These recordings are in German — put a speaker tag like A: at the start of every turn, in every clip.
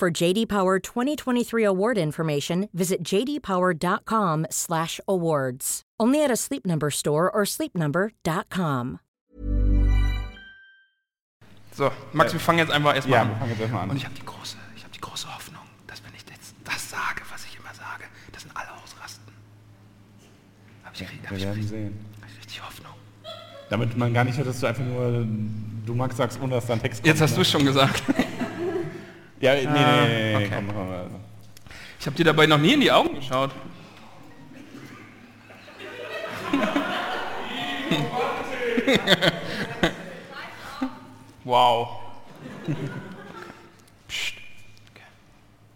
A: For JD Power 2023 award information, visit jdpower.com/awards. Only at a Sleep Number store or sleepnumber.com.
B: So, Max, wir fangen jetzt einfach erstmal
C: Ja, wir
B: an.
C: fangen jetzt erstmal an.
B: Und ich habe die große, ich habe die große Hoffnung, dass wenn ich jetzt das sage, was ich immer sage, dass dann alle ausrasten. Hab ich, hab
C: Wir
B: ich, hab
C: werden
B: ich
C: sehen.
B: richtig Hoffnung.
C: Damit man gar nicht hört, dass du einfach nur du Max sagst, ohne dass da ein Text kommt.
B: Jetzt hast
C: ne?
B: du es schon gesagt.
C: Ja, nee, nee, nee, nee
B: okay.
C: komm, komm. Also.
B: Ich habe dir dabei noch nie in die Augen geschaut. wow. Psst. Okay.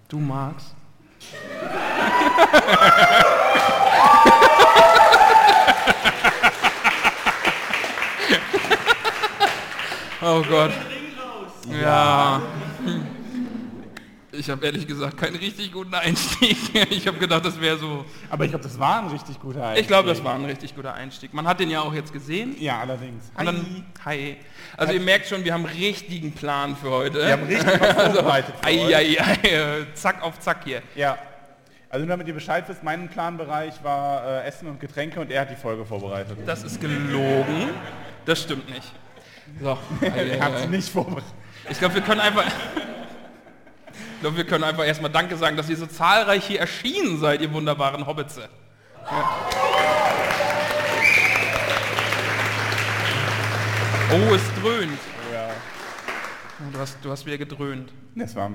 B: Du magst. oh Gott. Ja. Ich habe ehrlich gesagt keinen richtig guten Einstieg. Ich habe gedacht, das wäre so.
C: Aber ich glaube, das war ein richtig guter Einstieg.
B: Ich glaube, das war ein richtig guter Einstieg. Man hat den ja auch jetzt gesehen.
C: Ja, allerdings.
B: Und dann, hi. Also ihr merkt schon, wir haben richtigen Plan für heute.
C: Wir haben richtig was vorbereitet für euch.
B: Also, Ei, ei, ei, äh, zack auf zack hier.
C: Ja. Also nur damit ihr Bescheid wisst, mein Planbereich war äh, Essen und Getränke und er hat die Folge vorbereitet.
B: Das ist gelogen. Das stimmt nicht. So. Ei, ei,
C: er hat sie
B: ei.
C: nicht vorbereitet.
B: Ich glaube, wir können einfach... Ich glaube, wir können einfach erstmal Danke sagen, dass ihr so zahlreich hier erschienen seid, ihr wunderbaren Hobbitze. Ja. Oh, es dröhnt.
C: Ja.
B: Oh, Du hast, du hast wieder gedröhnt.
C: Das war... Äh,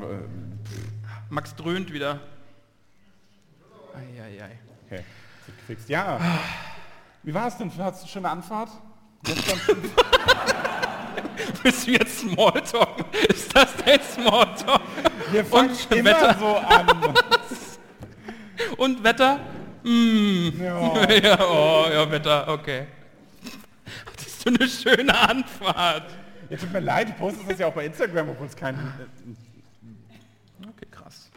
B: Max dröhnt wieder. Eieiei.
C: okay. Das wird gefixt. Ja. Wie war es denn? Hattest du eine schöne Anfahrt? Gestern?
B: Bist du jetzt Smalltalk? Ist das dein Smalltalk?
C: Wir fangen
B: schon
C: immer
B: Wetter.
C: so an.
B: Und Wetter? Mm.
C: Ja.
B: Ja, oh, ja, Wetter, okay. Hattest du eine schöne Anfahrt?
C: Ja, tut mir leid, du postest das ja auch bei Instagram, obwohl es kein...
B: Okay, krass.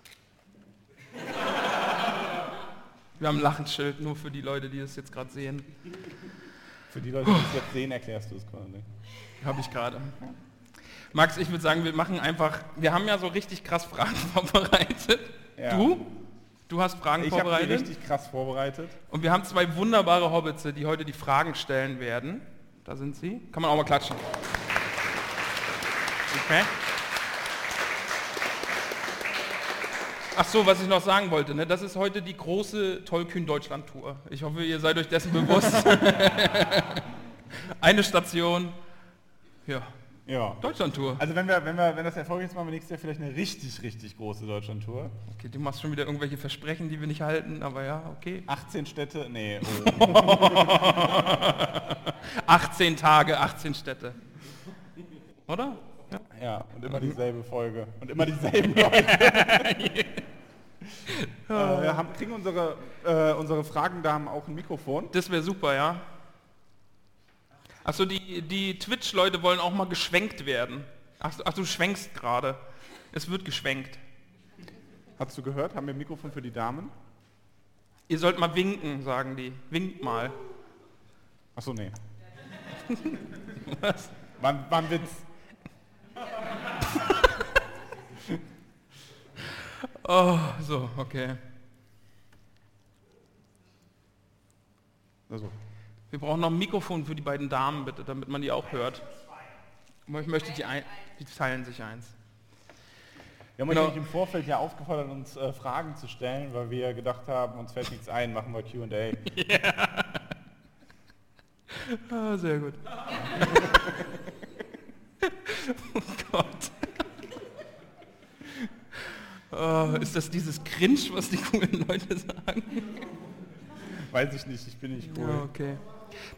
B: Wir haben ein Lachenschild, nur für die Leute, die das jetzt gerade sehen.
C: Für die Leute, die es jetzt sehen, erklärst du es quasi.
B: Habe ich gerade. Max, ich würde sagen, wir machen einfach, wir haben ja so richtig krass Fragen vorbereitet.
C: Ja.
B: Du? Du hast Fragen
C: Ich habe die
B: vorbereitet?
C: richtig krass vorbereitet.
B: Und wir haben zwei wunderbare Hobbitze, die heute die Fragen stellen werden. Da sind sie. Kann man auch mal klatschen. Okay. Ach so, was ich noch sagen wollte, ne? das ist heute die große Tollkühn-Deutschland-Tour. Ich hoffe, ihr seid euch dessen bewusst. Eine Station. Ja,
C: Ja.
B: Deutschland-Tour.
C: Also wenn wir, wenn wir, wenn das erfolgreich ist, machen wir nächstes Jahr vielleicht eine richtig, richtig große Deutschland-Tour.
B: Okay, du machst schon wieder irgendwelche Versprechen, die wir nicht halten, aber ja, okay.
C: 18 Städte, nee, oh.
B: 18 Tage, 18 Städte. Oder?
C: Ja, und immer dieselbe Folge. Und immer dieselben Leute. äh, wir haben, kriegen unsere, äh, unsere Fragen, da haben auch ein Mikrofon.
B: Das wäre super, ja. Achso, die, die Twitch-Leute wollen auch mal geschwenkt werden. Ach, ach du schwenkst gerade. Es wird geschwenkt.
C: Hast du gehört? Haben wir ein Mikrofon für die Damen?
B: Ihr sollt mal winken, sagen die. Winkt mal.
C: Achso, nee.
B: Was?
C: Wann, wann wird's?
B: Oh, so, okay.
C: Also,
B: Wir brauchen noch ein Mikrofon für die beiden Damen, bitte, damit man die auch hört. Aber Ich möchte die ein... Die teilen sich eins.
C: wir haben
B: Genau.
C: euch nämlich im Vorfeld ja aufgefordert, uns äh, Fragen zu stellen, weil wir gedacht haben, uns fällt nichts ein, machen wir Q&A.
B: Ah, sehr gut. oh Gott. Ah, ist das dieses Cringe, was die coolen Leute sagen?
C: Weiß ich nicht, ich bin nicht cool.
B: Ja, okay.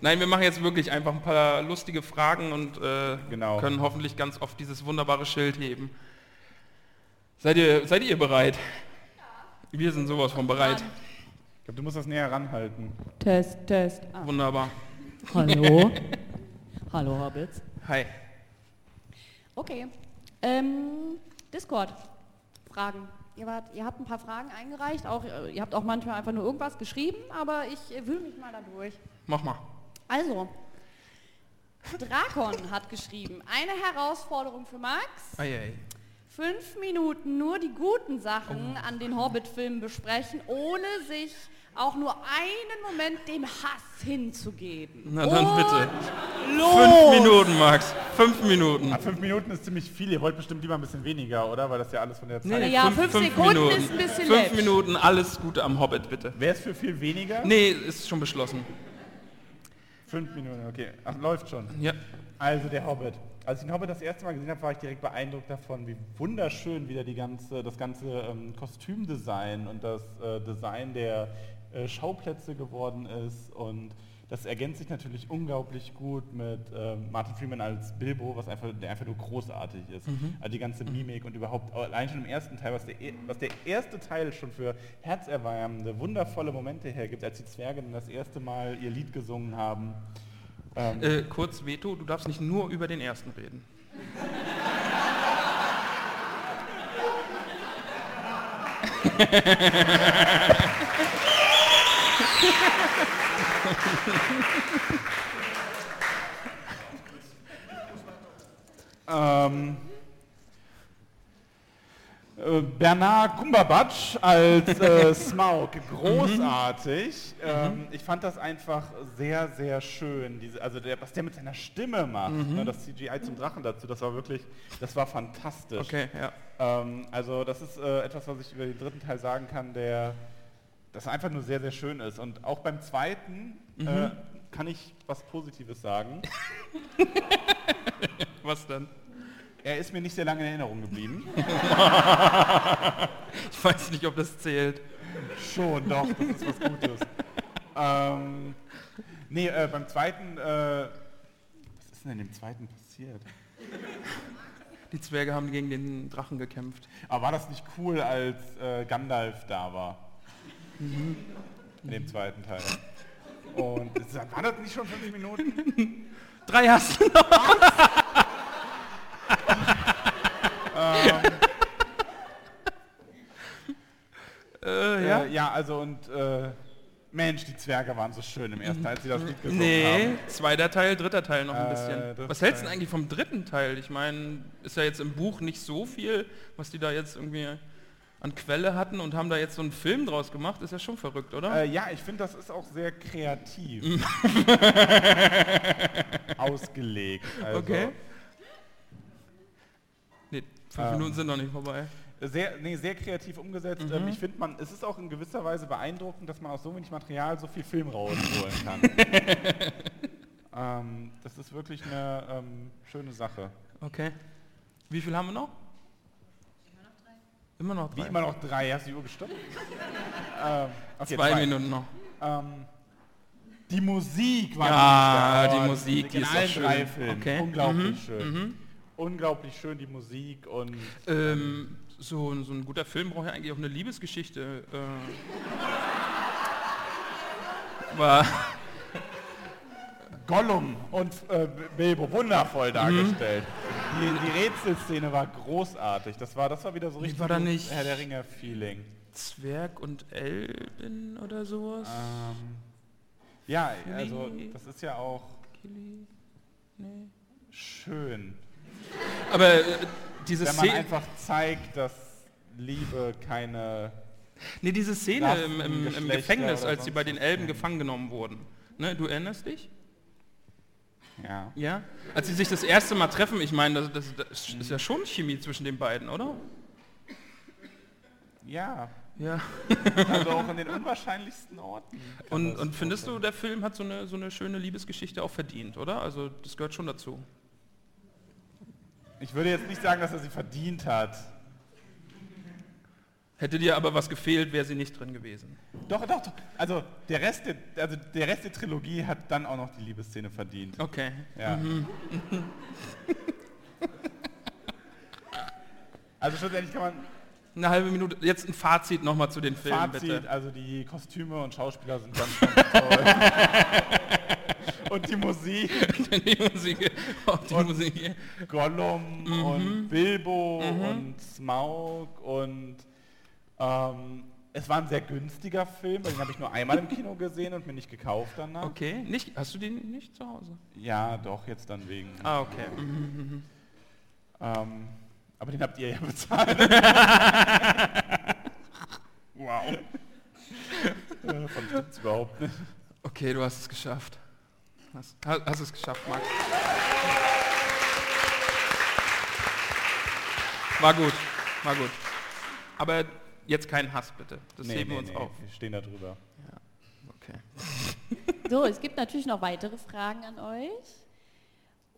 B: Nein, wir machen jetzt wirklich einfach ein paar lustige Fragen und äh,
C: Genau.
B: können hoffentlich ganz oft dieses wunderbare Schild heben. Seid ihr, seid ihr bereit? Wir sind sowas von bereit.
C: Ich glaube, du musst das näher ranhalten.
D: Test, Test. Ah.
B: Wunderbar.
D: Hallo. Hallo, Hobbits.
B: Hi.
E: Okay. Ähm, Discord. Fragen. Ihr, wart, ihr habt ein paar Fragen eingereicht, auch, äh, ihr habt auch manchmal einfach nur irgendwas geschrieben, aber ich äh, wühle mich mal da durch.
B: Mach mal.
E: Also, Drakon hat geschrieben, eine Herausforderung für Max,
B: Eieiei.
E: fünf Minuten nur die guten Sachen
B: Oh.
E: an den Hobbit-Filmen besprechen, ohne sich auch nur einen Moment dem Hass hinzugeben.
B: Na dann
E: Und
B: bitte.
E: Los.
B: Fünf Minuten, Max. Fünf Minuten.
C: Ah, fünf Minuten ist ziemlich viel. Ihr wollt bestimmt lieber ein bisschen weniger, oder? Weil das ja alles von der Zeit.
E: Ja, fünf Sekunden ist ein bisschen
B: Fünf
E: läppisch.
B: Minuten, alles Gute am Hobbit, bitte.
C: Wäre es für viel weniger?
B: Nee, ist schon beschlossen.
C: Fünf Minuten, okay. Ach, läuft schon.
B: Ja.
C: Also der Hobbit. Als ich den Hobbit das erste Mal gesehen habe, war ich direkt beeindruckt davon, wie wunderschön wieder die ganze, das ganze ähm, Kostümdesign und das äh, Design der äh, Schauplätze geworden ist. Und das ergänzt sich natürlich unglaublich gut mit ähm, Martin Freeman als Bilbo, was einfach, der einfach nur großartig ist. Also die ganze Mimik und überhaupt, allein schon im ersten Teil, was der, e- was der erste Teil schon für herzerwärmende, wundervolle Momente hergibt, als die Zwerge dann das erste Mal ihr Lied gesungen haben. Ähm,
B: Äh, kurz, Veto, du darfst nicht nur über den ersten reden.
C: Ähm, äh, Bernard Gumbabatsch als äh, Smaug, großartig. Ähm, ich fand das einfach sehr, sehr schön. Diese, also der, was der mit seiner Stimme macht, ne, das CGI zum Drachen dazu, das war wirklich, das war fantastisch.
B: Okay, ja.
C: Ähm, also das ist äh, etwas, was ich über den dritten Teil sagen kann, der das einfach nur sehr, sehr schön ist. Und auch beim zweiten äh, kann ich was Positives sagen.
B: Was denn?
C: Er ist mir nicht sehr lange in Erinnerung geblieben.
B: Ich weiß nicht, ob das zählt.
C: Schon, doch, das ist was Gutes. ähm, nee, äh, beim zweiten, äh, was ist denn in dem zweiten passiert?
B: Die Zwerge haben gegen den Drachen gekämpft.
C: Aber Ah, war das nicht cool, als äh, Gandalf da war?
B: Mhm.
C: In dem zweiten Teil. Und es- war das nicht schon fünf Minuten?
B: Drei hast du noch. äh, ja.
C: Äh, ja, also und äh, Mensch, die Zwerge waren so schön im ersten Teil, als sie das Lied gesungen
B: Nee,
C: haben.
B: zweiter Teil, dritter Teil noch ein
C: Äh,
B: bisschen.
C: dritter
B: Was hältst du
C: Teil.
B: denn eigentlich vom dritten Teil? Ich meine, ist ja jetzt im Buch nicht so viel, was die da jetzt irgendwie an Quelle hatten und haben da jetzt so einen Film draus gemacht. Ist ja schon verrückt, oder?
C: Äh, ja, ich finde, das ist auch sehr kreativ ausgelegt. Also,
B: Okay. Nee, fünf
C: ähm,
B: Minuten sind noch nicht vorbei.
C: Sehr, nee, sehr kreativ umgesetzt.
B: Mhm.
C: Ähm, Ich finde, man, es ist auch in gewisser Weise beeindruckend, dass man aus so wenig Material so viel Film rausholen kann. ähm, das ist wirklich eine ähm, schöne Sache.
B: Okay. Wie viel haben wir noch? Immer noch drei.
C: Wie immer noch drei, hast du die Uhr gestoppt? ähm, okay,
B: Zwei Minuten noch.
C: Ähm, die Musik war
B: Ja,
C: nicht da.
B: die
C: Oh,
B: Musik, die
C: in
B: ist auch
C: allen drei
B: schön.
C: Filmen.
B: Okay. Mhm.
C: Unglaublich schön. Unglaublich schön die Musik und
B: Ähm, so, so ein guter Film braucht ja eigentlich auch eine Liebesgeschichte. Äh. Aber
C: Gollum und äh, Bilbo wundervoll
B: Mhm.
C: dargestellt. Die, die Rätselszene war großartig. Das war, das war wieder so richtig
B: war da nicht-
C: Herr der Ringe-Feeling.
B: Zwerg und Elben oder sowas?
C: Ähm, ja, also
B: Nee.
C: das ist ja auch
B: Kili? Nee.
C: schön,
B: Aber äh, diese,
C: wenn man
B: Szene,
C: einfach zeigt, dass Liebe keine...
B: nee, diese Szene
C: Rassen,
B: im, im, im
C: Geschlechter
B: Gefängnis,
C: oder
B: als sie
C: sonst
B: bei den
C: was
B: Elben
C: sein.
B: gefangen genommen wurden. Ne, du erinnerst dich?
C: Ja.
B: Ja? Als sie sich das erste Mal treffen, ich meine, das, das, das ist ja schon Chemie zwischen den beiden, oder?
C: Ja,
B: Ja.
C: also auch in den unwahrscheinlichsten Orten. kann
B: Und,
C: das
B: und findest du,
C: vorkommen.
B: der Film hat so eine, so eine schöne Liebesgeschichte auch verdient, oder? Also das gehört schon dazu.
C: Ich würde jetzt nicht sagen, dass er sie verdient hat.
B: Hätte dir aber was gefehlt, wäre sie nicht drin gewesen.
C: Doch, doch, doch. Also der Rest der, also der, Rest der Trilogie hat dann auch noch die Liebesszene verdient.
B: Okay.
C: Ja.
B: Mhm.
C: Also schlussendlich kann man
B: eine halbe Minute. Jetzt ein Fazit nochmal zu den Filmen,
C: Fazit,
B: bitte.
C: also die Kostüme und Schauspieler sind ganz, ganz toll. und die Musik,
B: die Musik, oh, die Musik.
C: Gollum
B: Mhm.
C: und Bilbo und Smaug und ähm, es war ein sehr günstiger Film, weil den habe ich nur einmal im Kino gesehen und mir nicht gekauft danach.
B: Okay, nicht, hast du die nicht zu Hause?
C: Ja, doch, jetzt dann wegen.
B: Ah, okay.
C: Ähm, aber den habt ihr ja bezahlt. wow. Äh, Von stimmt's überhaupt nicht.
B: Okay, du hast es geschafft. Hast, ha- hast es geschafft, Max. War gut, war gut. Aber jetzt keinen Hass, bitte. Das heben wir uns auf.
C: Wir stehen da drüber.
B: Okay.
E: So, es gibt natürlich noch weitere Fragen an euch.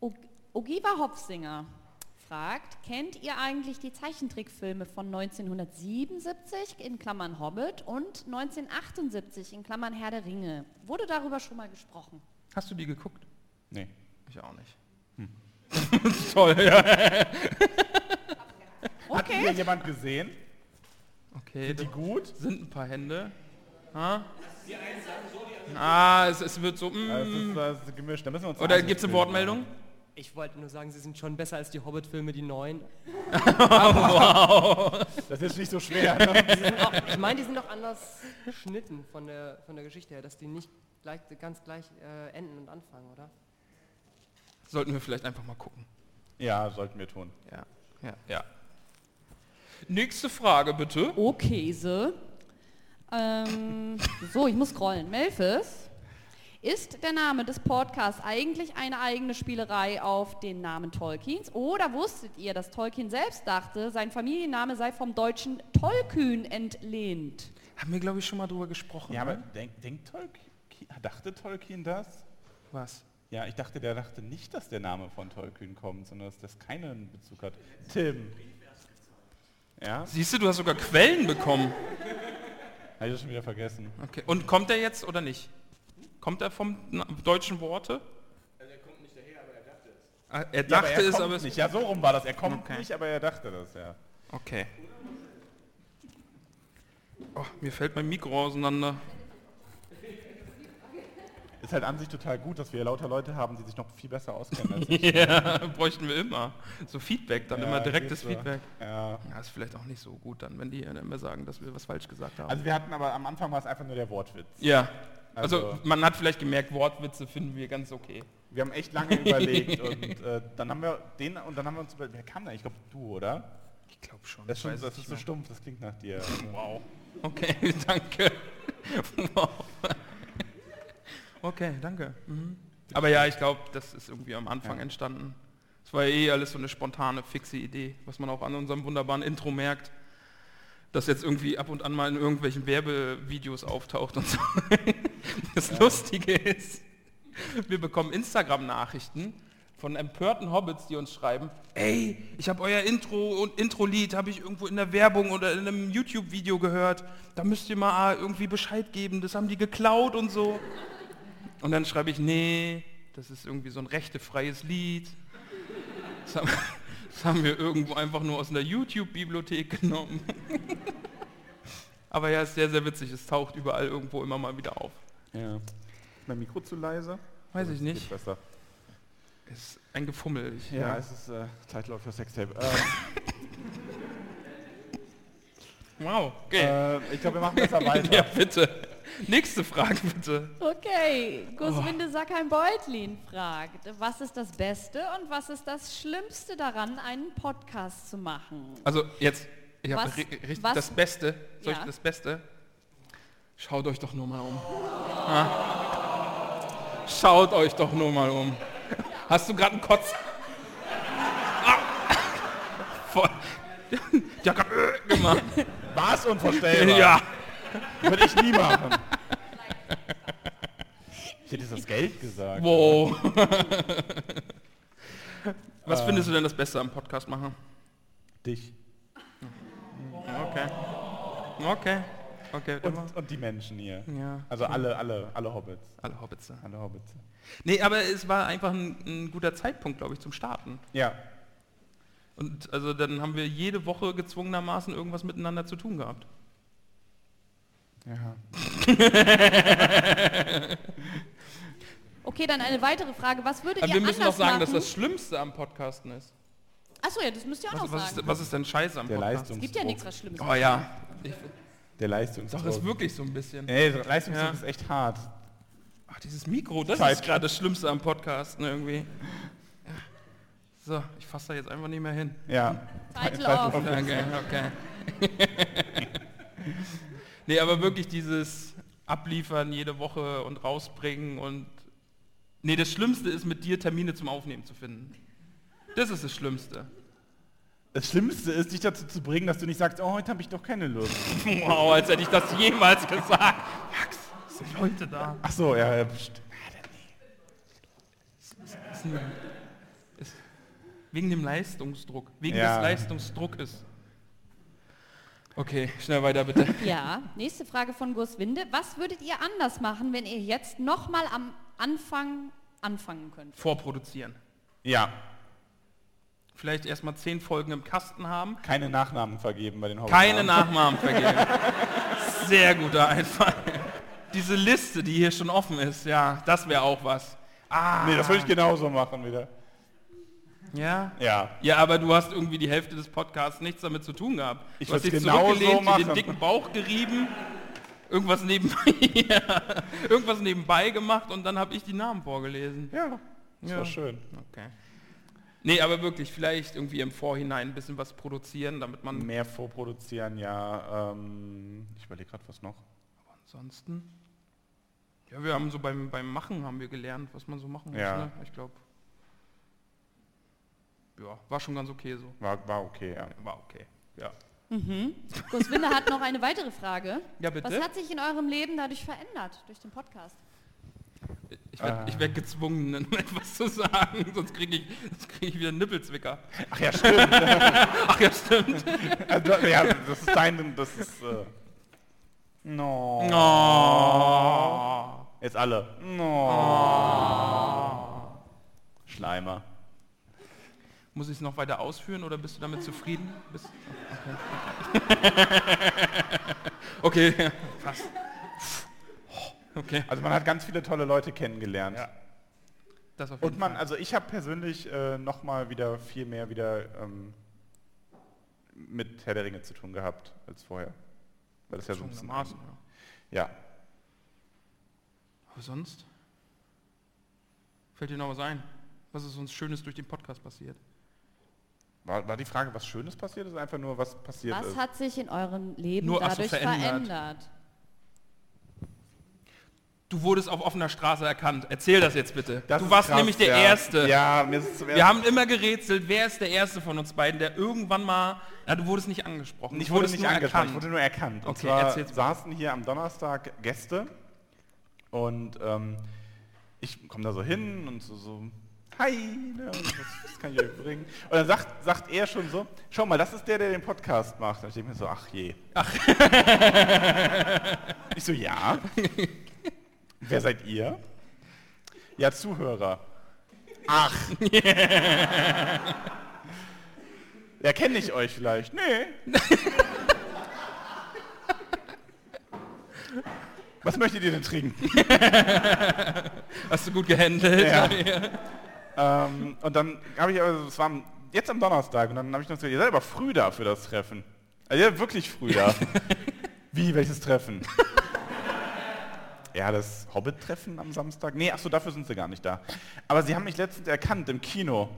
E: O- Ogiva Hopfsinger fragt, kennt ihr eigentlich die Zeichentrickfilme von 1977 in Klammern Hobbit und 1978 in Klammern Herr der Ringe? Wurde darüber schon mal gesprochen?
B: Hast du die geguckt?
C: Nee.
B: Ich auch nicht. Toll, ja.
C: Hat die hier
E: Okay,
C: jemand gesehen?
B: Okay,
C: Die
B: da
C: gut?
B: sind ein paar Hände. Ha? Ah, es, es wird so... mm.
C: Das Äh, ist, das ist gemischt. Da müssen wir uns
B: Oder
C: eine
B: gibt es eine
C: Auswahl
B: Wortmeldung?
F: Ich wollte nur sagen, sie sind schon besser als die Hobbit-Filme, die neuen.
C: machen. Das ist jetzt nicht so schwer. Ne?
F: Die sind auch, ich meine, die sind auch anders geschnitten von der, von der Geschichte her, dass die nicht gleich, ganz gleich äh, enden und anfangen, oder?
B: Sollten wir vielleicht einfach mal gucken.
C: ja, sollten wir tun.
B: Ja, ja, ja. Nächste Frage bitte.
E: Okese. Ähm, so, ich muss scrollen. Melfis. Ist der Name des Podcasts eigentlich eine eigene Spielerei auf den Namen Tolkiens? Oder wusstet ihr, dass Tolkien selbst dachte, sein Familienname sei vom deutschen Tollkühn entlehnt?
B: Haben wir, glaube ich, schon mal drüber gesprochen.
C: Ja, aber
B: ne?
C: denkt denk Tolkien, dachte Tolkien das?
B: Was?
C: Ja, ich dachte, der dachte nicht, dass der Name von Tolkien kommt, sondern dass das keinen Bezug hat. Tim. Ja?
B: Siehst du, du hast sogar Quellen bekommen.
C: Habe ich das schon wieder vergessen.
B: Okay. Und kommt er jetzt oder nicht? Kommt er vom na- deutschen Worte? Ah, Er
C: Ja,
B: dachte
C: aber er
B: es,
C: kommt
B: aber es
C: nicht. Ja, so rum war das. Er kommt
B: Okay.
C: nicht, aber er dachte das, ja.
B: Okay. Oh, mir fällt mein Mikro auseinander.
C: Ist halt an sich total gut, dass wir lauter Leute haben, die sich noch viel besser auskennen als ich.
B: Ja, bräuchten wir immer. So Feedback, dann
C: Ja,
B: immer direktes
C: geht so.
B: Feedback.
C: Ja.
B: Ja, ist vielleicht auch nicht so gut dann, wenn die dann immer sagen, dass wir was falsch gesagt haben.
C: Also wir hatten aber am Anfang war es einfach nur der Wortwitz.
B: ja.
C: Also-
B: also man hat vielleicht gemerkt, Wortwitze finden wir ganz okay.
C: Wir haben echt lange überlegt und äh, dann haben wir den und dann haben wir uns überlegt, wer kam da? Ich glaube du, oder?
B: Ich glaube schon.
C: Das ist, schon,
B: weiß
C: das
B: ich
C: ist so
B: nicht
C: stumpf, das klingt nach dir. Wow.
B: mehr. Okay, danke. Wow. Okay, danke. Mhm. Aber ja, ich glaube, das ist irgendwie am Anfang
C: Ja.
B: entstanden. Es war ja eh alles so eine spontane, fixe Idee, was man auch an unserem wunderbaren Intro merkt, dass jetzt irgendwie ab und an mal in irgendwelchen Werbevideos auftaucht und so. Das Lustige ist, wir bekommen Instagram-Nachrichten von empörten Hobbits, die uns schreiben, ey, ich habe euer Intro und Intro-Lied, habe ich irgendwo in der Werbung oder in einem YouTube-Video gehört, da müsst ihr mal ah, irgendwie Bescheid geben, das haben die geklaut und so. Und dann schreibe ich, nee, das ist irgendwie so ein rechtefreies Lied. Das haben, das haben wir irgendwo einfach nur aus einer YouTube-Bibliothek genommen. Aber ja, ist sehr, sehr witzig. Es taucht überall irgendwo immer mal wieder auf.
C: Ja. Ist mein Mikro zu leise?
B: Weiß ich
C: Das geht
B: nicht.
C: Besser.
B: Ist ein Gefummel. Ich,
C: Ja, es ist äh, Zeitlaut für Sextape. Ähm,
B: Wow. Okay.
C: äh, ich glaube, wir machen besser weiter.
B: ja, bitte. Nächste Frage, bitte.
E: Okay,
B: Oh.
E: Guswinde Sackheim-Beutlin fragt, was ist das Beste und was ist das Schlimmste daran, einen Podcast zu machen?
B: Also jetzt, ich habe
E: Was-
B: richtig
E: was-
B: das Beste. Soll
E: Ja.
B: ich das Beste? Schaut euch doch nur mal um. Ha? Schaut euch doch nur mal um. Hast du gerade einen Kotz? Ah. Voll. Der hat gerade gemacht.
C: War's unvorstellbar.
B: Ja.
C: Würde ich nie machen. Ich hätte jetzt das Geld gesagt.
B: Wow. Was findest du denn das Beste am Podcast machen?
C: Dich.
B: Okay. Okay. Okay, dann mal.
C: Und, und die Menschen hier.
B: Ja.
C: Also alle, alle, alle Hobbits.
B: Alle Hobbits. ne? ja.
C: Alle Hobbits.
B: Nee, aber es war einfach ein, ein guter Zeitpunkt, glaube ich, zum Starten.
C: Ja.
B: Und also dann haben wir jede Woche gezwungenermaßen irgendwas miteinander zu tun gehabt.
C: Ja.
E: Okay, dann eine weitere Frage. Was würdet
B: Aber
E: ihr
B: Also wir müssen
E: anders
B: auch sagen, dass
E: machen?
B: das Schlimmste am Podcasten ist.
E: Achso, ja, das müsst ihr auch
B: Was,
E: noch
B: was,
E: sagen.
B: ist, was ist denn scheiße am
C: Der
B: Podcast?
E: Es gibt ja nichts was Schlimmes.
B: Oh ja,
C: Der
B: doch,
C: Leistungsdruck.
B: ist wirklich so ein bisschen.
C: Ey, der Leistungsdruck
B: Ja.
C: ist echt hart.
B: Ach, dieses Mikro, das
C: Zeit.
B: ist gerade das Schlimmste am Podcast ne, irgendwie. Ja. So, ich fasse da jetzt einfach nicht mehr hin.
C: Ja.
E: Title
C: Title
E: off.
B: Okay, okay. nee, aber wirklich dieses Abliefern jede Woche und rausbringen und... Nee, das Schlimmste ist, mit dir Termine zum Aufnehmen zu finden. Das ist das Schlimmste.
C: Das Schlimmste ist, dich dazu zu bringen, dass du nicht sagst, oh, heute habe ich doch keine Lust.
B: Wow, als hätte ich das jemals gesagt. Max, es sind Leute da.
C: Ach so, ja, ja, pst.
B: Es sind- es- Wegen dem Leistungsdruck. Wegen
C: Ja.
B: des Leistungsdruckes. Okay, schnell weiter bitte.
E: Ja, nächste Frage von Gurswinde. Was würdet ihr anders machen, wenn ihr jetzt nochmal am Anfang anfangen könnt?
B: Vorproduzieren.
C: Ja,
B: Vielleicht erstmal zehn Folgen im Kasten haben.
C: keine Nachnamen vergeben bei den Hobbits.
B: Keine Nachnamen vergeben. Sehr guter Einfall. Diese Liste, die hier schon offen ist, ja, das wäre auch was. Ah,
C: Nee, das würde ich genauso machen wieder.
B: ja.
C: Ja.
B: Ja, aber du hast irgendwie die Hälfte des Podcasts nichts damit zu tun gehabt.
C: Ich
B: du hast
C: würd's
B: dich
C: genau so
B: zurückgelehnt, dir den
C: machen.
B: dicken Bauch gerieben, irgendwas nebenbei, ja, irgendwas nebenbei gemacht und dann habe ich die Namen vorgelesen.
C: Ja, das
B: Ja.
C: war schön.
B: Okay. Nee, aber wirklich, vielleicht irgendwie im Vorhinein ein bisschen was produzieren, damit man
C: Mehr vorproduzieren, ja. Ähm, ich überlege gerade, was noch.
B: ansonsten... Ja, wir haben so beim, beim Machen haben wir gelernt, was man so machen muss.
C: Ja.
B: Ne? Ich glaube, ja, war schon ganz okay so.
C: War, war okay, ja.
B: War okay. Ja,
E: Gurswinde Mhm. hat noch eine weitere Frage.
B: ja bitte.
E: Was hat sich in eurem Leben dadurch verändert, durch den Podcast?
B: Ich werde
C: Ah.
B: ich werd gezwungen, dann etwas zu sagen, sonst kriege ich, sonst krieg ich wieder einen Nippelzwicker.
C: Ach ja, stimmt.
B: Ach ja, stimmt.
C: Also, ja, das ist dein, das ist... Äh, no.
B: Oh.
C: Jetzt alle. No. Schleimer.
B: Muss ich es noch weiter ausführen oder bist du damit zufrieden? Bist, okay. okay, ja, passt. Okay,
C: Also man hat ganz viele tolle Leute kennengelernt.
B: Ja. das auf jeden
C: Und man,
B: Fall.
C: also ich habe persönlich äh, nochmal wieder viel mehr wieder ähm, mit Herr der Ringe zu tun gehabt als vorher. Weil das ja so ein bisschen...
B: Gezwungenermaßen, ja.
C: Ja.
B: Aber sonst? Fällt dir noch was ein? Was ist uns Schönes durch den Podcast passiert?
C: War, war die Frage, was Schönes passiert ist, einfach nur, was passiert
E: Was
C: ist.
E: hat sich in eurem Leben
B: äh, Nur, ach so,
E: dadurch
B: verändert.
E: verändert?
B: Du wurdest auf offener Straße erkannt. Erzähl das jetzt bitte.
C: Das
B: du
C: ist
B: warst
C: krass,
B: nämlich der
C: ja.
B: Erste.
C: Ja, mir ist es zum ersten
B: Wir haben immer gerätselt, wer ist der Erste von uns beiden, der irgendwann mal... Na, du wurdest nicht angesprochen.
C: Ich
B: Du
C: wurde
B: wurdest
C: nicht
B: nur
C: angesprochen,
B: erkannt.
C: ich wurde nur erkannt. Und
B: Okay,
C: zwar
B: erzähl's mal.
C: saßen hier am Donnerstag Gäste und ähm, ich komme da so hin und so, so hi, ne, was, was kann ich euch bringen? Und dann sagt, sagt er schon so, schau mal, das ist der, der den Podcast macht. Und ich denke mir so, ach je. Ach. Ich so, ja. Wer seid ihr? Ja, Zuhörer. Ach. Ja, kenne ich euch vielleicht. Nee, Was möchtet ihr denn trinken?
B: Hast du gut gehandelt.
C: Ja. ähm, und dann habe ich aber, es war am- jetzt am Donnerstag, und dann habe ich noch gesagt, ihr seid aber früh da für das Treffen. Also ihr seid wirklich früh da. Wie, welches Treffen? ja, das Hobbit-Treffen am Samstag? Nee, achso, dafür sind sie gar nicht da. Aber sie haben mich letztens erkannt im Kino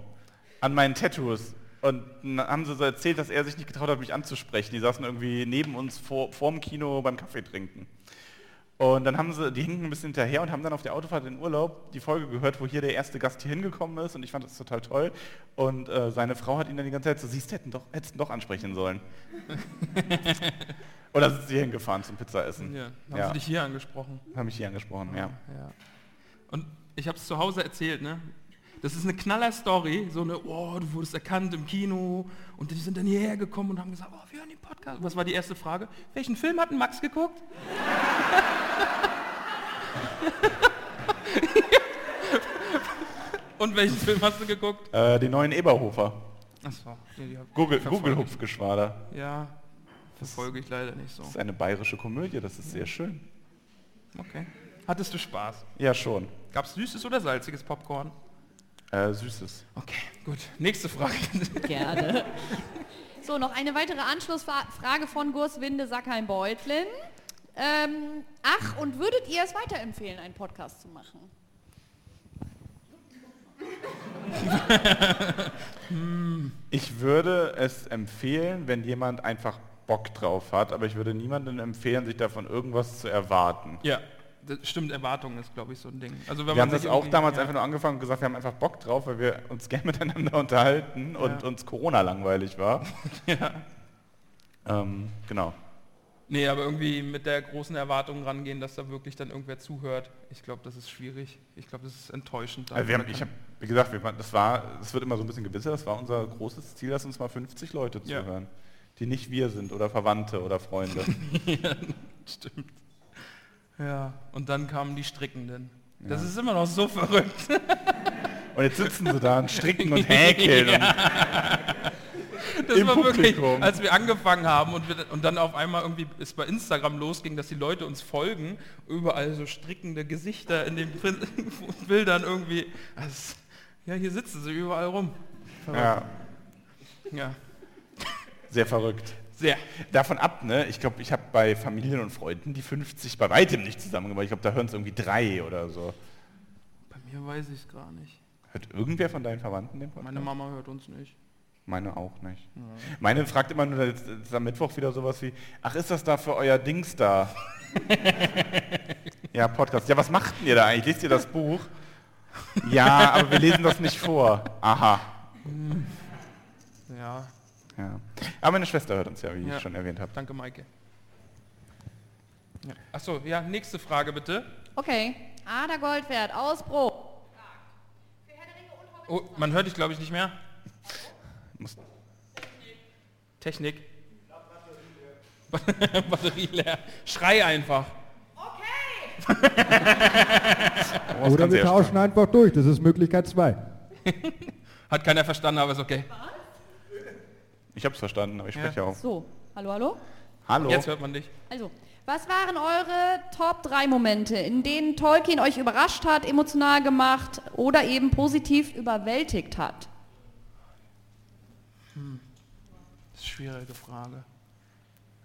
C: an meinen Tattoos. Und dann haben sie so erzählt, dass er sich nicht getraut hat, mich anzusprechen. Die saßen irgendwie neben uns vor, vorm Kino beim Kaffee trinken. Und dann haben sie, die hinken ein bisschen hinterher und haben dann auf der Autofahrt in Urlaub die Folge gehört, wo hier der erste Gast hier hingekommen ist und ich fand das total toll. Und äh, seine Frau hat ihn dann die ganze Zeit so, siehst du, hätten doch, hättest doch ansprechen sollen. Oder sind sie hingefahren zum Pizza essen?
B: Ja. Haben
C: Ja.
B: sie dich hier angesprochen.
C: Haben mich hier angesprochen, ja.
B: Ja. Und ich habe es zu Hause erzählt, ne? Das ist eine knaller Story, so eine, oh, du wurdest erkannt im Kino und die sind dann hierher gekommen und haben gesagt, oh, wir hören den Podcast. Was war die erste Frage? Welchen Film hat denn Max geguckt? und welchen Film hast du geguckt?
C: Äh, den neuen Eberhofer.
B: Achso. Ja, die hab-
C: Google,
B: verfolge
C: Google Hupfgeschwader.
B: ich- Ja, verfolge ich leider nicht so.
C: Das ist eine bayerische Komödie, das ist sehr schön.
B: Okay. Hattest du Spaß?
C: Ja, schon.
B: Gab's süßes oder salziges Popcorn?
C: Äh, süßes.
B: Okay, gut. Nächste Frage.
E: Gerne. So, noch eine weitere Anschlussfrage von Gurswinde Sackheim-Beutlin. Ähm, ach, und würdet ihr es weiterempfehlen, einen Podcast zu machen?
C: Ich würde es empfehlen, wenn jemand einfach Bock drauf hat, aber ich würde niemandem empfehlen, sich davon irgendwas zu erwarten.
B: ja, das stimmt, Erwartungen ist, glaube ich, so ein Ding. Also wenn man
C: Wir haben das
B: sich
C: auch
B: irgendwie-
C: damals
B: ja.
C: einfach nur angefangen und gesagt, wir haben einfach Bock drauf, weil wir uns gerne miteinander unterhalten und uns Corona langweilig war. Ähm, genau.
B: Nee, aber irgendwie mit der großen Erwartung rangehen, dass da wirklich dann irgendwer zuhört. Ich glaube, das ist schwierig. Ich glaube, das ist enttäuschend.
C: Also wir haben, ich habe, wie gesagt, wir, waren- das war, es wird immer so ein bisschen gewisser, das war unser großes Ziel, dass uns mal 50 Leute
B: Ja.
C: zuhören, die nicht wir sind oder Verwandte oder Freunde.
B: Stimmt. Ja, und dann kamen die Strickenden. Das ist immer noch so verrückt.
C: Und jetzt sitzen sie da und stricken und häkeln. und,
B: Das
C: Im
B: war wirklich,
C: Publikum.
B: als wir angefangen haben und, wir, und dann auf einmal irgendwie es bei Instagram losging, dass die Leute uns folgen, überall so strickende Gesichter in den Prin- Bildern irgendwie. Also, ja, hier sitzen sie überall rum.
C: ja,
B: Ja,
C: sehr verrückt.
B: sehr.
C: Davon ab, ne? Ich glaube, ich habe bei Familien und Freunden die 50 bei weitem nicht zusammengebracht. Ich glaube, da hören es irgendwie drei oder so.
B: Bei mir weiß ich es gar nicht.
C: Hört irgendwer von deinen Verwandten den Podcast?
B: Meine Mama hört uns nicht.
C: Meine auch nicht. Meine fragt immer nur jetzt, jetzt am Mittwoch wieder sowas wie, ach, ist das da für euer Dings da? ja, Podcast. Ja, was macht denn ihr da eigentlich? Lest ihr das Buch? Ja, aber wir lesen das nicht vor. Aha.
B: Ja,
C: Ja. Aber meine Schwester hört uns ja, wie
B: Ja.
C: ich schon erwähnt habe.
B: danke Maike. Ja. Achso, ja, nächste Frage bitte.
E: Okay. Ada Goldwert aus Bro.
B: Oh, man hört dich, glaube ich, nicht mehr.
C: Muss-
B: Oh, Technik. Batterie leer. Schrei einfach.
C: das
G: Oder
C: kann
G: wir
C: sehr
G: tauschen einfach durch. Das ist Möglichkeit 2.
B: Hat keiner verstanden, aber ist okay.
C: Ich habe es verstanden, aber ich spreche auch.
E: So, hallo, hallo.
C: Hallo.
B: Jetzt hört man dich.
E: Also, was waren eure Top 3 Momente, in denen Tolkien euch überrascht hat, emotional gemacht oder eben positiv überwältigt hat?
B: Das ist eine schwierige Frage.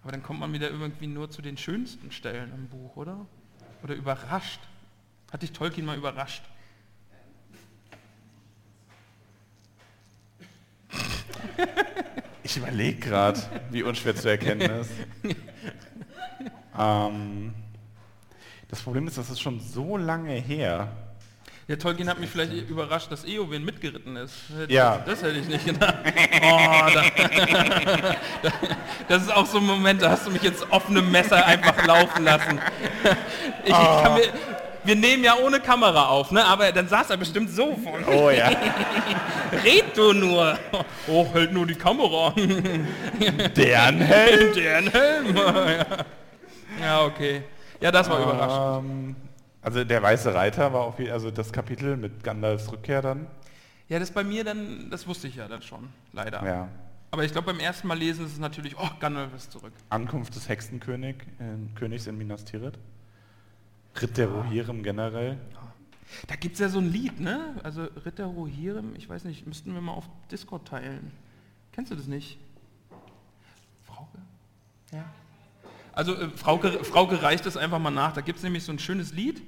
B: Aber dann kommt man wieder irgendwie nur zu den schönsten Stellen im Buch, oder? Oder überrascht. Hat dich Tolkien mal überrascht?
C: Ich überlege gerade, wie unschwer zu erkennen ist. ähm, das Problem ist, das ist schon so lange her.
B: Ja, Tolkien hat mich vielleicht überrascht, dass Eowyn mitgeritten ist. Hätte-
C: Ja.
B: Das hätte ich nicht gedacht. Oh, da, das ist auch so ein Moment, da hast du mich jetzt offene Messer einfach laufen lassen. Ich, ich
C: Oh.
B: kann mir, wir nehmen ja ohne Kamera auf, ne? aber dann saß er bestimmt so von.
C: Oh ja.
B: Red du nur. Oh, hält nur die Kamera.
C: Deren Helm.
B: Den Helm. Ja. ja, okay. Ja, das war überraschend.
C: Ähm, also der Weiße Reiter war auch wie, also das Kapitel mit Gandalfs Rückkehr dann.
B: Ja, das bei mir dann, das wusste ich ja dann schon, leider.
C: Ja.
B: Aber ich glaube, beim ersten Mal lesen ist es natürlich, oh, Gandalf ist zurück.
C: Ankunft des Hexenkönig, äh, Königs in Minas Tirith. Ritt der Rohirrim generell.
B: Da gibt es ja so ein Lied, ne? Also Ritter Rohirrim, ich weiß nicht, müssten wir mal auf Discord teilen. Kennst du das nicht? Frauke? Ja. Also äh, Frauke, Frauke reicht das einfach mal nach. Da gibt es nämlich so ein schönes Lied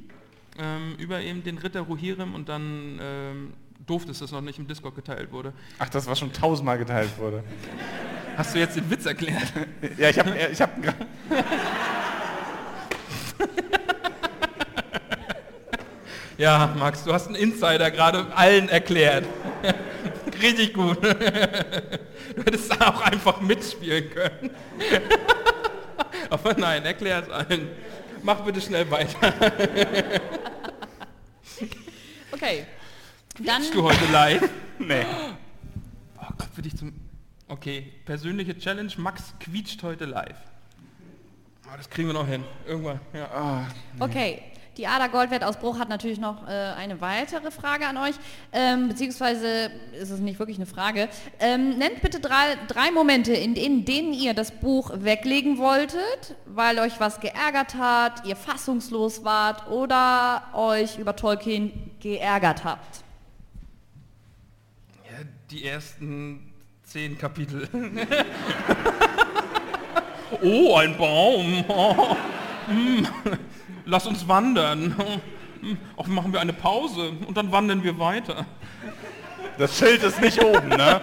B: ähm, über eben den Ritter Rohirrim und dann ähm, doof, dass das noch nicht im Discord geteilt wurde.
C: Ach, das was schon tausendmal geteilt wurde.
B: Hast du jetzt den Witz erklärt?
C: Ja, ich habe ich hab gra-
B: Ja, Max, du hast einen Insider gerade allen erklärt. Richtig gut. Du hättest da auch einfach mitspielen können. Aber nein, erklär es allen. Mach bitte schnell weiter.
E: Okay. Dann
B: Bist du heute live?
C: Nee.
B: Oh Gott, für dich zum... Okay, persönliche Challenge. Max Ah, quietscht heute live. Oh, das kriegen wir noch hin. Irgendwann. Ja.
E: Okay, Die Ada Goldwert-Ausbruch hat natürlich noch äh, eine weitere Frage an euch, ähm, beziehungsweise ist es nicht wirklich eine Frage. Ähm, nennt bitte drei, drei Momente, in, in denen ihr das Buch weglegen wolltet, weil euch was geärgert hat, ihr fassungslos wart oder euch über Tolkien geärgert habt.
B: Ja, die ersten zehn Kapitel. oh, ein Baum. Oh. Hm. Lass uns wandern. Hm. Auch machen wir eine Pause und dann wandern wir weiter.
C: Das Schild ist nicht oben, ne?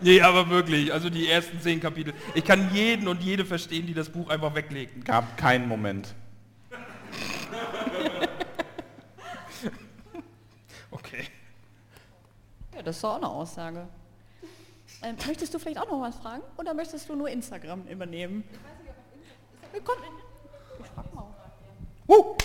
B: Nee, aber wirklich, also die ersten zehn Kapitel. Ich kann jeden und jede verstehen, die das Buch einfach weglegten.
C: Gab keinen Moment.
B: Okay.
E: Ja, das ist doch auch eine Aussage. Ähm, möchtest du vielleicht auch noch was fragen oder möchtest du nur Instagram übernehmen? Ich weiß nicht, Komm,
C: Huh.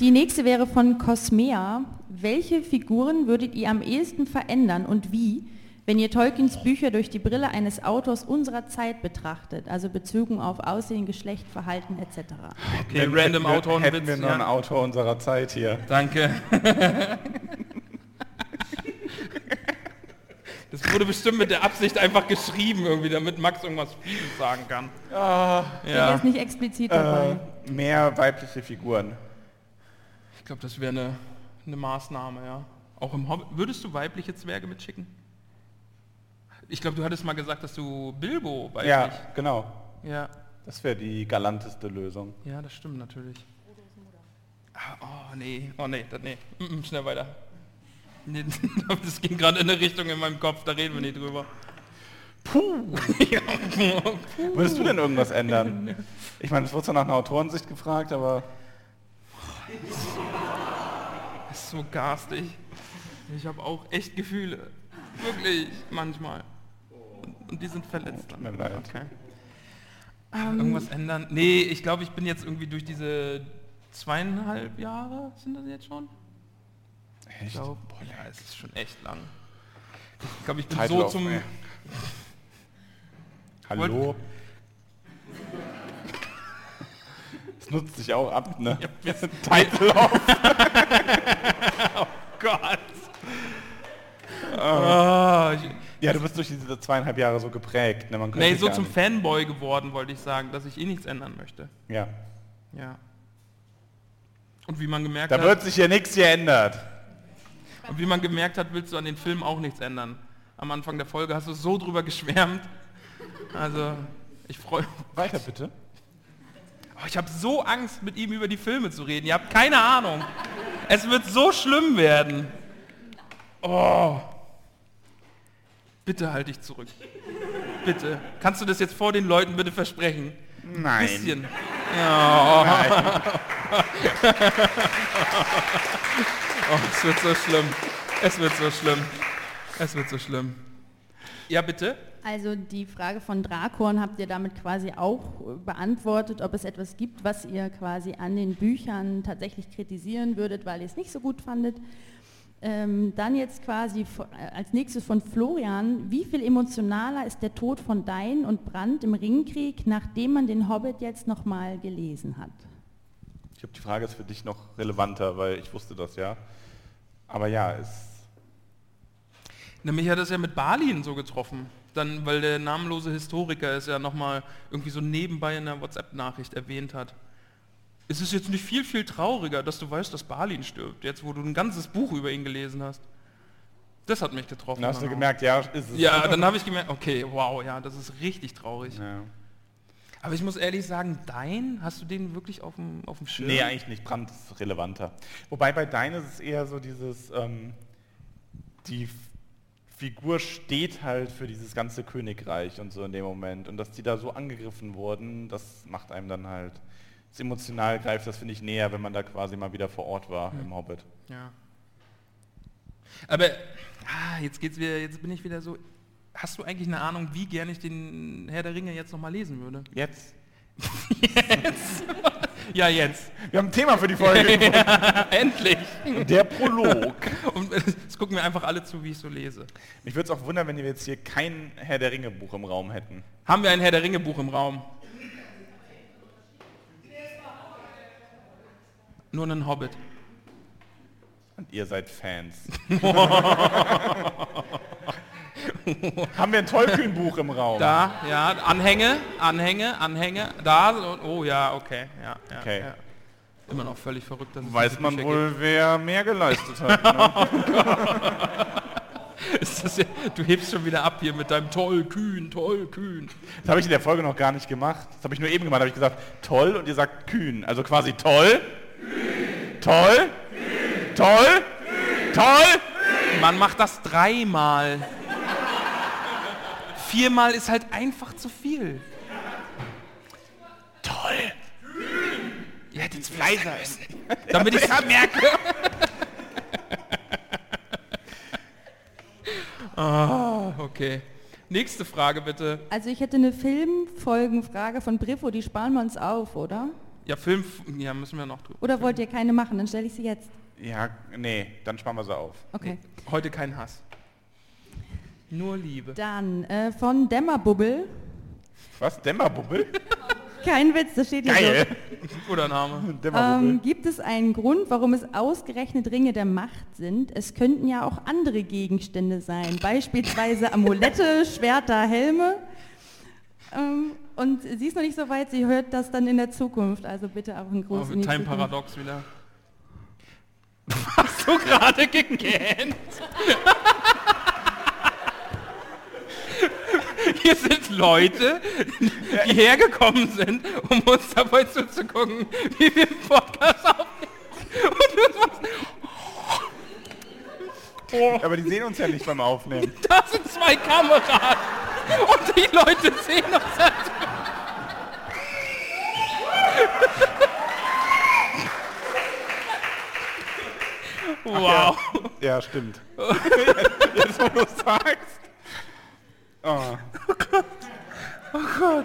H: Die nächste wäre von Cosmea. Welche Figuren würdet ihr am ehesten verändern und wie, wenn ihr Tolkiens Bücher durch die Brille eines Autors unserer Zeit betrachtet, also bezogen auf Aussehen, Geschlecht, Verhalten etc.?
B: Okay, random
C: hätten wir-
B: Autoren
C: Hätten wir
B: Witz,
C: nur
B: ja.
C: einen Autor unserer Zeit hier.
B: Danke. Das wurde bestimmt mit der Absicht einfach geschrieben, irgendwie, damit Max irgendwas Fieses sagen kann.
H: Er
B: Ah, ja.
H: ist nicht explizit
C: Äh,
H: dabei.
C: mehr weibliche Figuren.
B: Ich glaube, das wäre eine, eine Maßnahme, ja. Auch im Hobbit. Würdest du weibliche Zwerge mitschicken? Ich glaube, du hattest mal gesagt, dass du Bilbo weiblich.
C: Ja, genau.
B: Ja,
C: Das wäre die galanteste Lösung.
B: ja das stimmt natürlich. Ah, Oh nee, oh nee, das, nee. Mm, mm, schnell weiter. Nee, das ging gerade in eine Richtung in meinem Kopf, da reden wir nicht drüber.
C: Würdest du denn irgendwas ändern? Ich meine, es wurde zwar nach einer Autorensicht gefragt, aber
B: Das ist so garstig. Ich habe auch echt Gefühle. Wirklich, manchmal. Und die sind verletzt.
C: tut mir leid.
B: Okay. Irgendwas ändern? Nee, ich glaube, ich bin jetzt irgendwie durch diese zweieinhalb Jahre, sind das jetzt schon? Ich
C: Echt?
B: glaube, ja, es ist schon echt lang. Ich glaube, ich bin so
C: Zeitlauf,
B: zum...
C: ey. Hallo? Das nutzt sich auch ab, ne?
B: Ja, bis-
C: Titel auf.
B: Gott! Ah, ich,
C: Ja, du bist durch diese zweieinhalb Jahre so geprägt, ne? Man könnte
B: nee, so
C: gar
B: zum
C: nicht-
B: Fanboy geworden, wollte ich sagen, dass ich eh nichts ändern möchte.
C: Ja.
B: Ja. Und wie man gemerkt
C: Da
B: hat...
C: wird sich hier nichts geändert.
B: Und wie man gemerkt hat, willst du an den Film auch nichts ändern. Am Anfang der Folge hast du so drüber geschwärmt. Also, ich freue
C: Weiter bitte.
B: oh, Ich habe so Angst, mit ihm über die Filme zu reden. Ihr habt keine Ahnung. Es wird so schlimm werden. Oh. Bitte halt dich zurück. Bitte. Kannst du das jetzt vor den Leuten bitte versprechen?
C: Nein.
B: Bisschen. Oh, es wird so schlimm. Es wird so schlimm. Es wird so schlimm. Ja, bitte?
H: Also die Frage von Drakon habt ihr damit quasi auch äh, beantwortet, ob es etwas gibt, was ihr quasi an den Büchern tatsächlich kritisieren würdet, weil ihr es nicht so gut fandet. Ähm, dann jetzt quasi vo- äh, als nächstes von Florian, wie viel emotionaler ist der Tod von Dein und Brand im Ringkrieg, nachdem man den Hobbit jetzt nochmal gelesen hat?
C: Ich glaube, die Frage ist für dich noch relevanter, weil ich wusste das ja. Aber ja, es
B: Na, mich hat das ja mit Balin so getroffen. Dann, weil der namenlose Historiker es ja nochmal irgendwie so nebenbei in einer WhatsApp-Nachricht erwähnt hat. Es ist jetzt nicht viel, viel trauriger, dass du weißt, dass Balin stirbt, jetzt wo du ein ganzes Buch über ihn gelesen hast. Das hat mich getroffen.
C: dann hast du
B: dann auch.
C: gemerkt, ja, ist es.
B: Ja, dann habe ich gemerkt, okay, wow, ja, das ist richtig traurig.
C: Ja.
B: Aber ich muss ehrlich sagen, dein, hast du den wirklich auf dem, auf dem Schirm?
C: Nee, eigentlich nicht. Brand ist relevanter. Wobei bei Dein ist es eher so dieses, ähm, die F- Figur steht halt für dieses ganze Königreich und so in dem Moment. Und dass die da so angegriffen wurden, das macht einem dann halt, das emotional greift, das finde ich näher, wenn man da quasi mal wieder vor Ort war im Hobbit.
B: Ja. Aber ah, jetzt geht's wieder, jetzt bin ich wieder so. Hast du eigentlich eine Ahnung, wie gerne ich den Herr der Ringe jetzt nochmal lesen würde?
C: Jetzt?
B: Jetzt? Ja, Jens.
C: Wir haben ein Thema für die Folge.
B: Endlich.
C: Der Prolog.
B: Und es gucken mir einfach alle zu, wie ich so lese.
C: Mich würde es auch wundern, wenn wir jetzt hier kein Herr der Ringe Buch im Raum hätten.
B: Haben wir ein Herr der Ringe Buch im Raum? Nur einen Hobbit.
C: Und ihr seid Fans. haben wir ein Tollkühn-Buch im Raum?
B: Da, ja, Anhänge, Anhänge, Anhänge, da, so, oh ja, okay, ja, ja,
C: Okay.
B: ja. Immer noch völlig verrückt, dass es
C: Weiß
B: diese
C: man
B: Bücher
C: wohl, wer mehr geleistet hat. Ne?
B: gibt. Ist das ja, du hebst schon wieder ab hier mit deinem toll, kühn, toll, kühn.
C: Das habe ich in der Folge noch gar nicht gemacht. Das habe ich nur eben gemacht. Da habe ich gesagt, toll und ihr sagt kühn. Also quasi toll, toll, toll, toll.
B: Man macht das dreimal. Viermal ist halt einfach zu viel. Toll. Ihr hättet es leiser müssen. Damit ich es merke. Ah, okay. Nächste Frage bitte.
H: Also ich hätte eine Filmfolgenfrage von Briffo, die sparen wir uns auf, oder?
B: Ja, Film, ja, müssen wir noch drüber.
H: Oder wollt ihr keine machen? Dann stelle ich sie jetzt.
C: Ja, nee, dann sparen wir sie auf.
H: Okay.
B: Heute kein Hass. Nur Liebe.
H: Dann äh, von Dämmerbubbel.
C: Was? Dämmerbubbel?
H: Kein Witz, das steht hier so.
C: Geil.
B: Guter Name.
C: Dämmerbubbel.
H: Ähm, gibt es einen Grund, warum es ausgerechnet Ringe der Macht sind? Es könnten ja auch andere Gegenstände sein, beispielsweise Amulette, Schwerter, Helme. Ähm, und sie ist noch nicht so weit, sie hört das dann in der Zukunft. Also bitte auch einen
B: Oh,
H: großen in die Zukunft.
B: Time-Paradox wieder. Hast du gerade gegähnt? Hier sind Leute, die hergekommen sind, um uns dabei zuzugucken, wie wir einen Podcast aufnehmen. Und du sagst, Oh.
C: Aber die sehen uns ja nicht beim Aufnehmen.
B: da sind zwei Kameras. Und die Leute sehen uns halt. Wow.
C: Ja, stimmt. Jetzt, wo du sagst. Oh. Oh Gott. Oh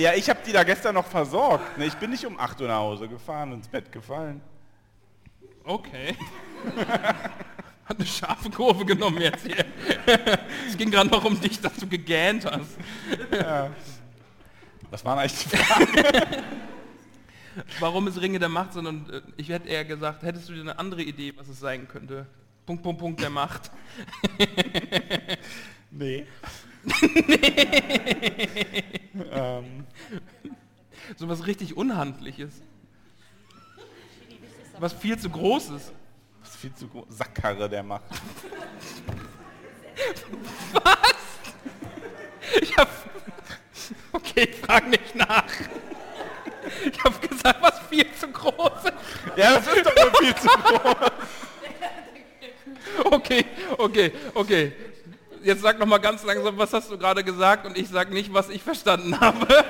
C: Ja, ich habe die da gestern noch versorgt. ne? Ich bin nicht um 8 Uhr nach Hause gefahren, ins Bett gefallen.
B: Okay. Hat eine scharfe Kurve genommen jetzt hier. es ging gerade noch um dich, dass du gegähnt hast.
C: Das waren eigentlich die
B: Warum es Ringe der Macht sind und äh, ich hätte eher gesagt, hättest du dir eine andere Idee, was es sein könnte? Punkt, Punkt, Punkt der Macht.
C: Nee. ähm,
B: So was richtig Unhandliches. Was viel zu groß ist.
C: das ist viel zu groß. Sackkarre der Macht.
B: Ich hab. Okay, ich frag nicht nach. Ich hab gesagt, was viel zu groß ist.
C: Ja, das ist doch wohl viel zu groß.
B: Okay, okay, okay. Jetzt sag noch mal ganz langsam, was hast du gerade gesagt und ich sag nicht, was ich verstanden habe.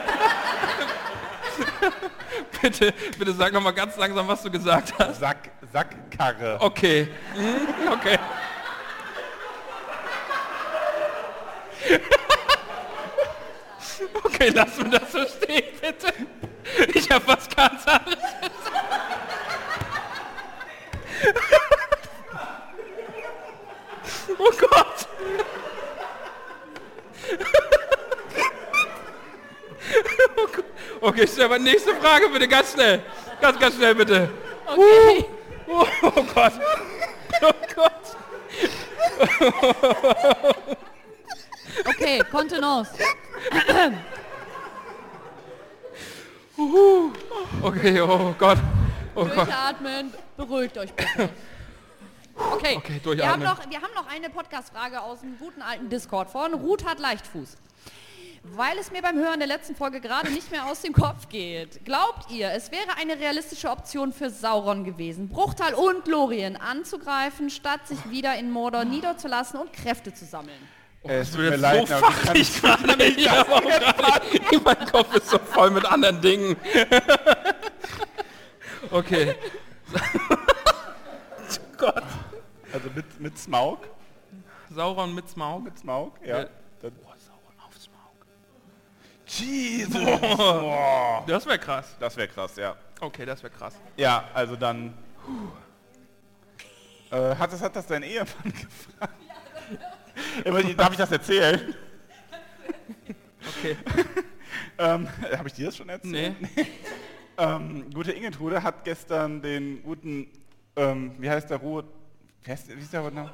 B: bitte, bitte sag noch mal ganz langsam, was du gesagt hast.
C: Sack, Sackkarre.
B: Okay. Hm, Okay. Okay, lass mir das so stehen, bitte. Ich habe was ganz anderes. gesagt. Oh Gott. Oh Gott. Okay, Stefan, nächste Frage bitte, ganz schnell. Ganz, ganz schnell bitte.
E: Okay.
B: Oh, oh Gott. Oh Gott.
E: Okay, Kontenance.
B: Okay, oh Gott. Oh Gott.
E: Durchatmen, beruhigt euch bitte. Okay,
B: Okay,
E: wir, haben
B: durchatmen.
E: noch, wir haben noch eine Podcast-Frage aus dem guten alten Discord von Ruth hat Leichtfuß. Weil es mir beim Hören der letzten Folge gerade nicht mehr aus dem Kopf geht. Glaubt ihr, es wäre eine realistische Option für Sauron gewesen, Bruchtal und Lorien anzugreifen, statt sich wieder in Mordor niederzulassen und Kräfte zu sammeln?
C: Äh, Es
B: Das wird jetzt so fachlich gerade hier, aber auch gerade nicht. Mein Kopf ist so voll mit anderen Dingen. Okay. Oh Gott.
C: Also mit, mit Smaug.
B: Sauron mit Smaug.
C: Mit Smaug, ja.
B: Ja.
C: Dann,
B: Sauron auf Smaug.
C: Jesus!
B: Das wäre krass.
C: Das wäre krass, ja.
B: Okay, das wäre krass.
C: Ja, also dann. Äh, hat, das, hat das dein Ehemann gefragt? Aber die- Darf ich das erzählen?
B: Okay.
C: Ähm, Habe ich dir das schon
B: Nee.
C: erzählt? Ähm, gute Ingetrude hat gestern den guten, ähm, wie heißt der Ruhe, wie heißt, wie ist der heute noch?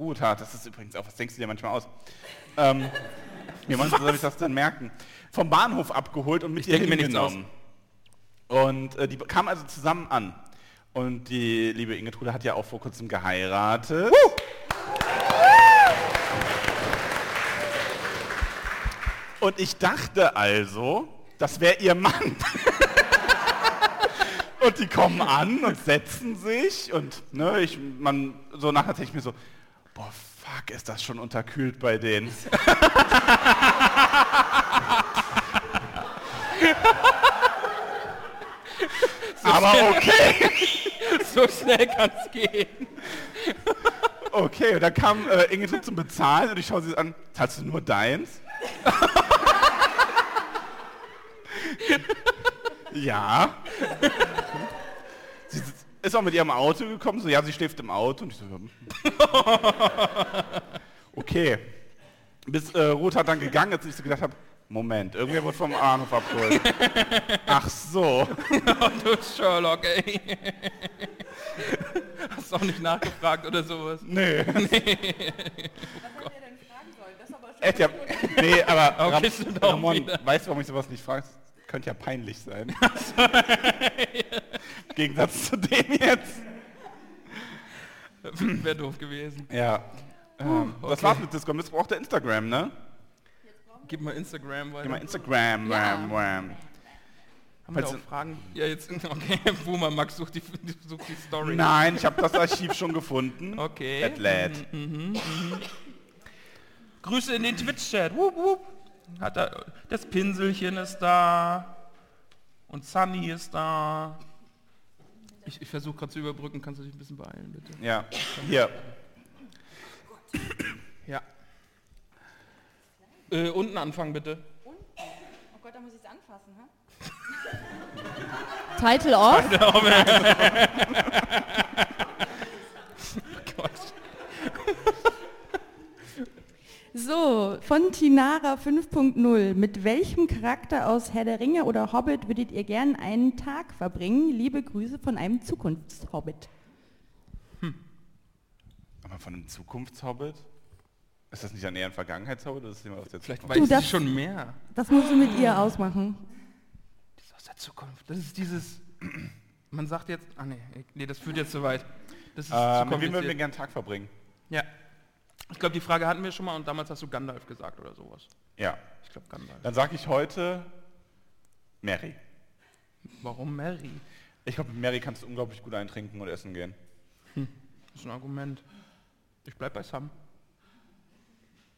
C: Ruhetat, das ist übrigens auch, was denkst du dir manchmal aus? Ähm, wie manchmal soll ich das denn merken? Vom Bahnhof abgeholt und mit ihr
B: denk mir nichts aus.
C: hingenommen. Und äh, die kamen also zusammen an. Und die liebe Ingetrude hat ja auch vor kurzem geheiratet. Und ich dachte also, das wäre ihr Mann. und die kommen an und setzen sich und ne, ich, man, so nachher denke ich mir so, boah, fuck, ist das schon unterkühlt bei denen. Aber okay.
B: So schnell kann es gehen.
C: Okay, und dann kam äh, Inge Trupp zum Bezahlen und ich schaue sie an, zahlst du nur deins? ja. sie sitzt- ist auch mit ihrem Auto gekommen, so ja, sie schläft im Auto und ich so, ja, hm. okay. Bis äh, Ruth hat dann gegangen, als ich so gedacht habe, Moment, irgendwer wurde vom Bahnhof abgeholt. Ach so.
B: Du Sherlock, ey. Hast auch nicht nachgefragt oder sowas.
C: Nö. Echt, ja, nee, aber
B: Okay,
C: Ram
B: stimmt auch
C: Ramon,
B: wieder.
C: weißt du, warum ich sowas nicht frage? Das Könnte ja peinlich sein. Im Gegensatz zu dem jetzt.
B: Wäre doof gewesen.
C: Ja. Ähm, Das war's mit Discord. Jetzt braucht der Instagram, ne?
B: Gib mal Instagram weiter.
C: Geh mal Instagram, wham, wham.
B: Haben wir da
C: Falls-
B: auch Fragen? Also- Ja, jetzt, okay, Boomer, Max, sucht die, sucht die Story.
C: Nein, ich habe das Archiv schon gefunden.
B: Okay. Mhm,
C: Atlet.
B: Grüße in den Twitch-Chat. Wup, wup. Hat er, das Pinselchen ist da. Und Sunny ist da. Ich, ich versuche gerade zu überbrücken. Kannst du dich ein bisschen beeilen, bitte?
C: Ja, hier.
B: Ja. Äh, unten anfangen, bitte.
H: Oh Gott, da muss ich es anfassen, ha?
E: Title off.
B: Gott.
H: So, von Tinara 5.0. Mit welchem Charakter aus Herr der Ringe oder Hobbit würdet ihr gern einen Tag verbringen? Liebe Grüße von einem Zukunftshobbit.
C: Aber von einem Zukunftshobbit? Ist das nicht ein eher ein Vergangenheitshobbit oder ist das jemand aus der
B: Vielleicht
C: Zukunft?
B: weiß ich
H: darfst-
B: schon mehr.
H: Das musst du mit ihr ausmachen.
B: Das ist aus der Zukunft. Das ist dieses... Man sagt jetzt... Ah, nee. Nee, das führt jetzt zu weit. Das ist
C: Äh,
B: zu
C: mit wem würden wir
B: kompliziert.
C: gerne einen Tag verbringen?
B: Ja. Ich glaube, die Frage hatten wir schon mal und damals hast du Gandalf gesagt oder sowas.
C: Ja.
B: Ich glaube Gandalf.
C: Dann sage ich heute Mary.
B: Warum Mary?
C: Ich glaube, mit Mary kannst du unglaublich gut eintrinken und essen gehen.
B: Das ist ein Argument. Ich bleib bei Sam.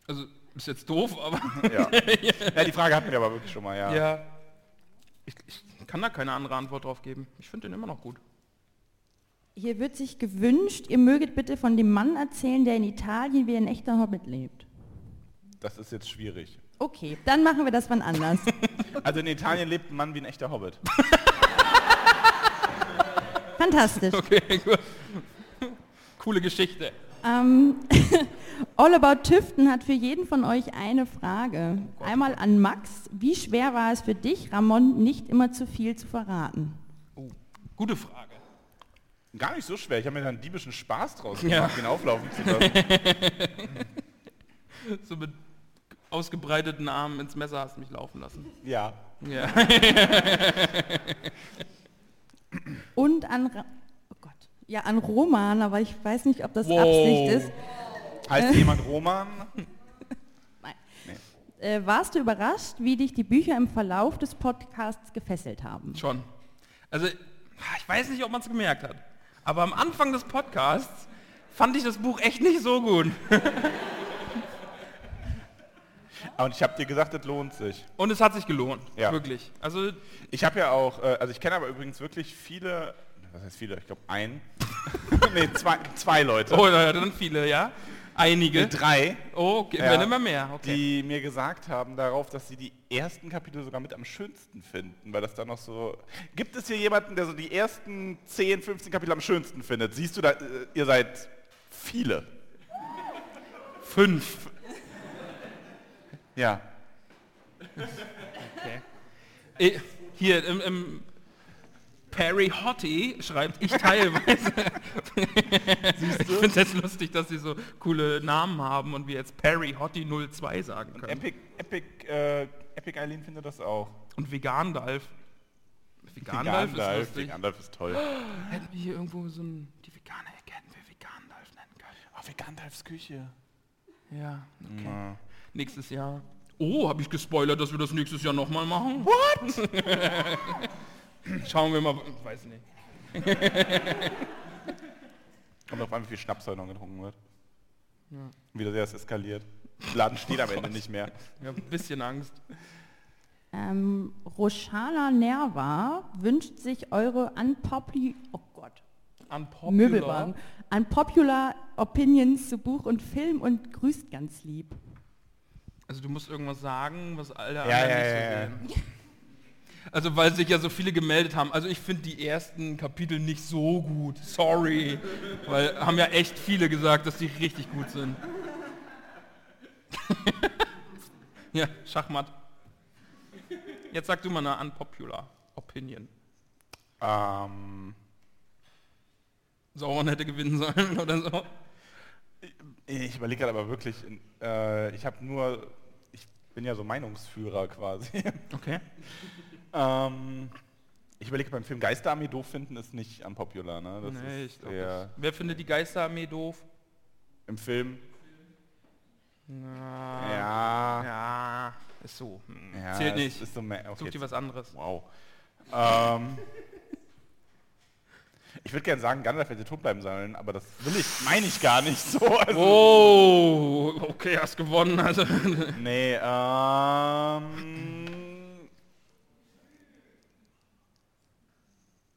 B: Also, ist jetzt doof, aber
C: Ja. ja, die Frage hatten wir aber wirklich schon mal, ja.
B: ja. Ich, ich kann da keine andere Antwort drauf geben. Ich finde den immer noch gut.
H: Hier wird sich gewünscht, ihr möget bitte von dem Mann erzählen, der in Italien wie ein echter Hobbit lebt.
C: Das ist jetzt schwierig.
H: Okay, dann machen wir das wann anders.
C: Also in Italien lebt ein Mann wie ein echter Hobbit.
H: Fantastisch.
B: Okay, gut. Coole Geschichte.
H: Ähm, All About Tüften hat für jeden von euch eine Frage. Einmal an Max. Wie schwer war es für dich, Ramon, nicht immer zu viel zu verraten?
B: Gute Frage.
C: Gar nicht so schwer. Ich habe mir da einen diebischen Spaß draus
B: Ja.
C: gemacht, ihn auflaufen zu lassen.
B: So mit ausgebreiteten Armen ins Messer hast du mich laufen lassen.
C: ja.
B: Ja.
H: Und an, Ra oh Gott. Ja, an Roman, aber ich weiß nicht, ob das
B: Wow.
H: Absicht ist.
C: Heißt jemand Roman?
H: Äh, warst du überrascht, wie dich die Bücher im Verlauf des Podcasts gefesselt haben?
B: Schon. Also, ich weiß nicht, ob man es gemerkt hat, aber am Anfang des Podcasts fand ich das Buch echt nicht so gut.
C: Ah, Und ich habe dir gesagt, das lohnt sich.
B: Und es hat sich gelohnt,
C: Ja.
B: wirklich. Also,
C: Ich habe ja auch, äh, also ich kenne aber übrigens wirklich viele, was heißt viele? Ich glaube ein, nee, zwei, zwei Leute.
B: oh, da dann viele, ja. Einige.
C: Nee, drei,
B: Oh, okay,
C: Ja.
B: wenn immer mehr. Okay.
C: die mir gesagt haben darauf, dass sie die ersten Kapitel sogar mit am schönsten finden, weil das dann noch so... Gibt es hier jemanden, der so die ersten 10, 15 Kapitel am schönsten findet? Siehst du, da, äh, ihr seid viele.
B: Fünf.
C: Ja.
B: Eh, Hier, im, im Perry Hottie schreibt ich teilweise. ich finde das lustig, dass sie so coole Namen haben und wir jetzt Perry Hottie 02 sagen können.
C: Epic, Epic, äh, Epic Eileen findet das auch.
B: Und Vegan Dalf. Vegan Dalf ist
C: Gandalf,
B: lustig.
C: Gandalf ist toll.
B: Hätten wir hier irgendwo so ein, die vegane Ecke hätten wir Vegan Dalf nennen können.
C: Oh, wie Gandalfs Küche.
B: Ja, okay.
C: Ja.
B: Nächstes Jahr. Oh, habe ich gespoilert, dass wir das nächstes Jahr nochmal machen? What? Schauen wir mal, weiß nicht.
C: Kommt drauf an, wie viel Schnaps heute noch getrunken wird. Wieder sehr es eskaliert. Der Laden steht am Ende nicht mehr.
B: Ich habe ein bisschen Angst.
H: Ähm, Roshala Nerva wünscht sich eure unpopular, oh Gott,
B: Unpopular.
H: Möbelwagen, unpopular Opinions zu Buch und Film und grüßt ganz lieb.
B: Also du musst irgendwas sagen, was alle
C: ja,
B: anderen
C: ja,
B: nicht so sehen. Also weil sich ja so viele gemeldet haben. Also ich finde die ersten Kapitel nicht so gut. Sorry. Weil haben ja echt viele gesagt, dass die richtig gut sind. ja, Schachmatt. Jetzt sag du mal eine unpopular Opinion.
C: Ähm,
B: Sauron hätte gewinnen sollen oder so.
C: ich überlege gerade aber wirklich, äh, ich habe nur, ich bin ja so Meinungsführer quasi.
B: Okay.
C: ähm, ich überlege beim Film Geisterarmee doof finden ist nicht unpopular, ne? Das
B: Nee,
C: ist
B: ich glaub
C: eher-
B: nicht. Wer findet die Geisterarmee doof?
C: Im Film.
B: Na,
C: Ja.
B: ja. Ist so. Hm.
C: Ja,
B: Zählt
C: es
B: nicht.
C: Ist so mehr, okay,
B: Such dir was anderes.
C: Wow. ähm, ich würde gerne sagen, Gandalf hätte tot bleiben sollen, aber das will ich, meine ich gar nicht so. Also,
B: Oh, okay, hast gewonnen. Also.
C: Nee, ähm,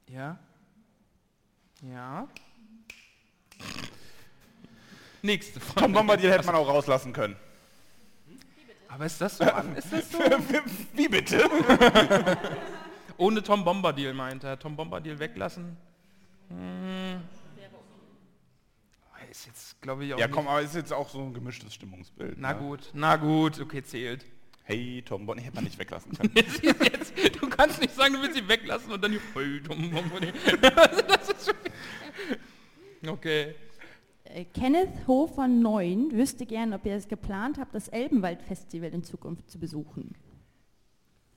B: Ja. Ja. Nächste Frage.
C: Tom Bombadil hätte man auch rauslassen können.
B: Aber ist das so? an- Ist das so?
C: Wie bitte?
B: Ohne Tom Bombadil meint er. Tom Bombadil weglassen. Hm. Ist jetzt, glaube ich, auch
C: Ja
B: nicht-
C: komm, aber ist jetzt auch so ein gemischtes Stimmungsbild.
B: Na
C: ne?
B: gut, na gut, okay, zählt.
C: Hey, Tom Bombadil, hätte man nicht weglassen können.
B: Jetzt, jetzt, du kannst nicht sagen, du willst sie weglassen und dann... Hey, Tom Bombadil. Das ist schon- Okay.
H: Äh, Kenneth Ho von Neun wüsste gern, ob ihr es geplant habt, das Elbenwald-Festival in Zukunft zu besuchen.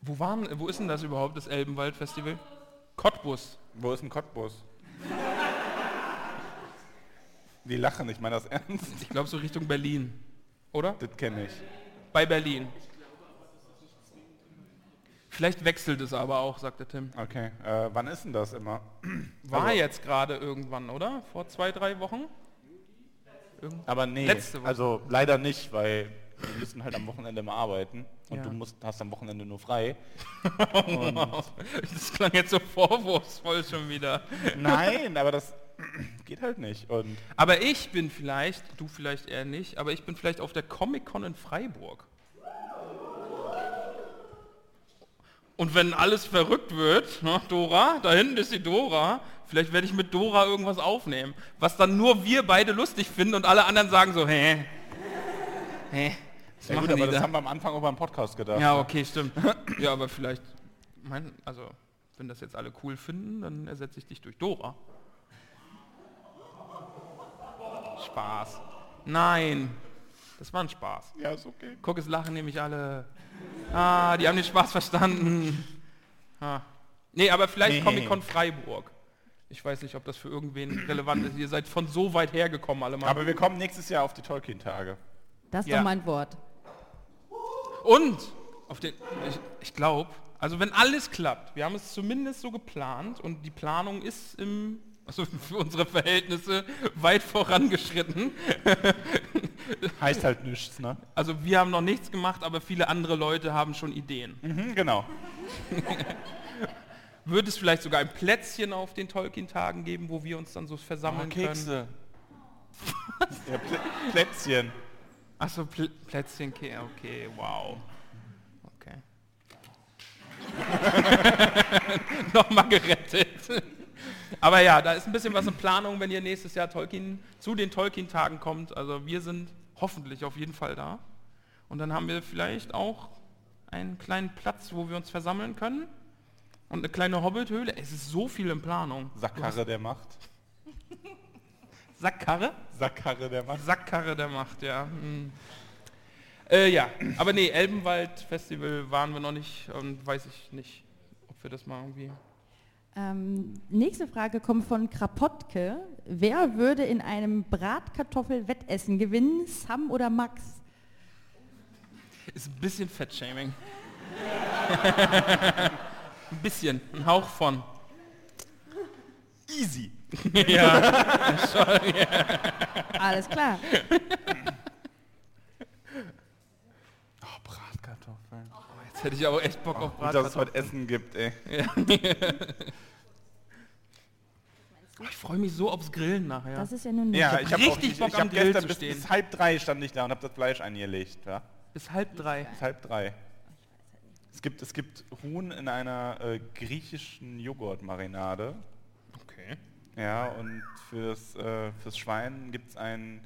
B: Wo, waren, wo ist denn das überhaupt, das Elbenwald-Festival? Cottbus.
C: Wo ist ein Cottbus? Die lachen, ich meine das ernst.
B: Ich glaube so Richtung Berlin. Oder?
C: Das kenne ich.
B: Bei Berlin. Vielleicht wechselt es aber auch, sagte Tim.
C: Okay, äh, wann ist denn das immer?
B: War
C: Also-
B: jetzt gerade irgendwann, oder? Vor zwei, drei Wochen?
C: Aber nee,
B: Letzte Woche.
C: also leider nicht, weil wir müssen halt am Wochenende mal arbeiten und
B: Ja.
C: du musst, hast am Wochenende nur frei. Oh
B: Wow. Das klang jetzt so vorwurfsvoll schon wieder.
C: Nein, aber das geht halt nicht. Und
B: Aber ich bin vielleicht, du vielleicht eher nicht, aber ich bin vielleicht auf der Comic-Con in Freiburg. Und wenn alles verrückt wird, ne, Dora, da hinten ist die Dora, vielleicht werde ich mit Dora irgendwas aufnehmen, was dann nur wir beide lustig finden und alle anderen sagen so, hä? Hä? Was
C: ja
B: machen
C: gut, aber
B: die
C: das
B: da?
C: haben wir am Anfang auch beim Podcast gedacht.
B: Ja, okay, stimmt. Ja, aber vielleicht, mein, also, wenn das jetzt alle cool finden, dann ersetze ich dich durch Dora. Spaß. Nein, das war ein Spaß.
C: Ja, ist okay.
B: Guck, es lachen nämlich alle. Ah, die haben den Spaß verstanden. Ha. Nee, aber vielleicht
C: Nee.
B: Comic-Con Freiburg. Ich weiß nicht, ob das für irgendwen relevant ist. Ihr seid von so weit hergekommen, alle mal.
C: Aber wir kommen nächstes Jahr auf die Tolkien-Tage.
H: Das ist
B: Ja.
H: doch mein Wort.
B: Und auf den, ich, ich glaube, also wenn alles klappt, wir haben es zumindest so geplant und die Planung ist im, also für unsere Verhältnisse weit vorangeschritten.
C: Heißt halt nichts, ne?
B: Also wir haben noch nichts gemacht, aber viele andere Leute haben schon Ideen.
C: Mhm, genau.
B: Wird es vielleicht sogar ein Plätzchen auf den Tolkien-Tagen geben, wo wir uns dann so versammeln können?
C: Ja, Plä Plätzchen.
B: Achso, Pl Plätzchenkäse, okay, wow. Okay. Nochmal gerettet. Aber ja, da ist ein bisschen was in Planung, wenn ihr nächstes Jahr Tolkien, zu den Tolkien-Tagen kommt. Also wir sind hoffentlich auf jeden Fall da. Und dann haben wir vielleicht auch einen kleinen Platz, wo wir uns versammeln können. Und eine kleine Hobbithöhle. Es ist so viel in Planung.
C: Sackkarre der Macht.
B: Sackkarre?
C: Sackkarre der Macht.
B: Sackkarre der Macht, ja. Hm. Äh, ja, aber nee, Elbenwald-Festival waren wir noch nicht und weiß ich nicht, ob wir das mal irgendwie...
H: Ähm, nächste Frage kommt von Krapotke. Wer würde in einem Bratkartoffel-Wettessen gewinnen, Sam oder Max?
B: Ist ein bisschen Fettshaming. ein bisschen, ein Hauch von.
C: Easy.
H: Alles klar.
C: Oh, Bratkartoffeln.
B: Jetzt hätte ich aber echt Bock auf
C: Gut, dass es
B: Bratkartoffeln.
C: heute Essen gibt, ey.
B: Oh, Ich freue mich so aufs Grillen nachher.
H: Das ist ja nun
C: Ja,
H: nicht.
C: ich habe
B: richtig
C: auch nicht,
B: Bock,
C: ich
B: am
C: hab
B: Grill
C: gestern
B: zu
C: bis,
B: stehen.
C: bis halb drei stand ich da und habe das Fleisch eingelegt. Ja?
B: Bis halb drei.
C: Bis halb drei. Es gibt, es gibt Huhn in einer äh, griechischen Joghurtmarinade.
B: Okay.
C: Ja, und fürs, äh, fürs Schwein gibt es ein,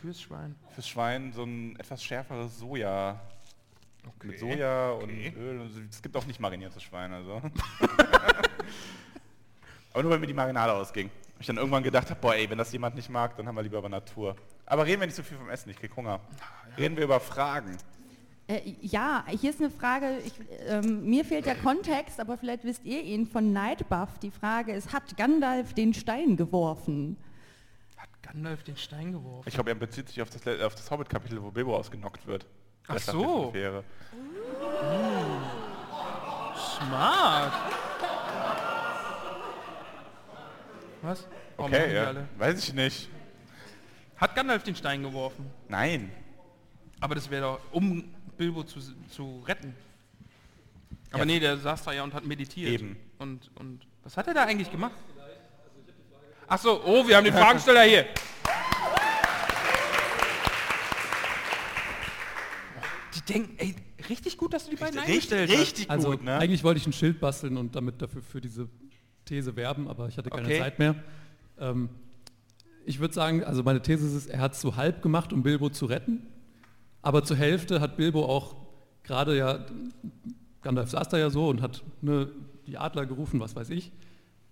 B: Fürs Schwein.
C: fürs Schwein so ein etwas schärferes Soja.
B: Okay.
C: Mit Soja
B: okay.
C: und Öl. und so. Es gibt auch nicht mariniertes Schwein, also. Aber nur, weil mir die Marinade ausging. Ich dann irgendwann gedacht habe, boah ey, wenn das jemand nicht mag, dann haben wir lieber über Natur. Aber reden wir nicht so viel vom Essen, ich krieg Hunger.
B: Ah,
C: Reden wir über Fragen.
H: Äh, ja, hier ist eine Frage, ich, ähm, mir fehlt der Kontext, aber vielleicht wisst ihr ihn von Nightbuff. Die Frage ist, hat Gandalf den Stein geworfen?
B: Hat Gandalf den Stein geworfen?
C: Ich glaube, er bezieht sich auf das, le- auf das Hobbit-Kapitel, wo Bilbo ausgenockt wird.
B: Ach
C: Das sagt
B: so.
C: die Fähre.
B: Smart. Was? Warum lachen
C: Okay,
B: die
C: ja.
B: alle?
C: Weiß ich nicht.
B: Hat Gandalf den Stein geworfen?
C: Nein.
B: Aber das wäre doch, um Bilbo zu, zu retten. Aber
C: Ja.
B: nee, der saß da ja und hat meditiert.
C: Eben.
B: Und, und was hat er da eigentlich gemacht? Ach so, oh, wir haben den Fragensteller hier. Die denken, ey, richtig gut, dass du die beiden eingestellt hast.
C: richtig
I: Also
C: gut, ne?
I: eigentlich wollte ich ein Schild basteln und damit dafür für diese These werben, aber ich hatte keine
B: Okay.
I: Zeit mehr. Ähm, ich würde sagen, also meine These ist, er hat es so halb gemacht, um Bilbo zu retten, aber zur Hälfte hat Bilbo auch gerade ja, Gandalf saß da ja so und hat ne, die Adler gerufen, was weiß ich.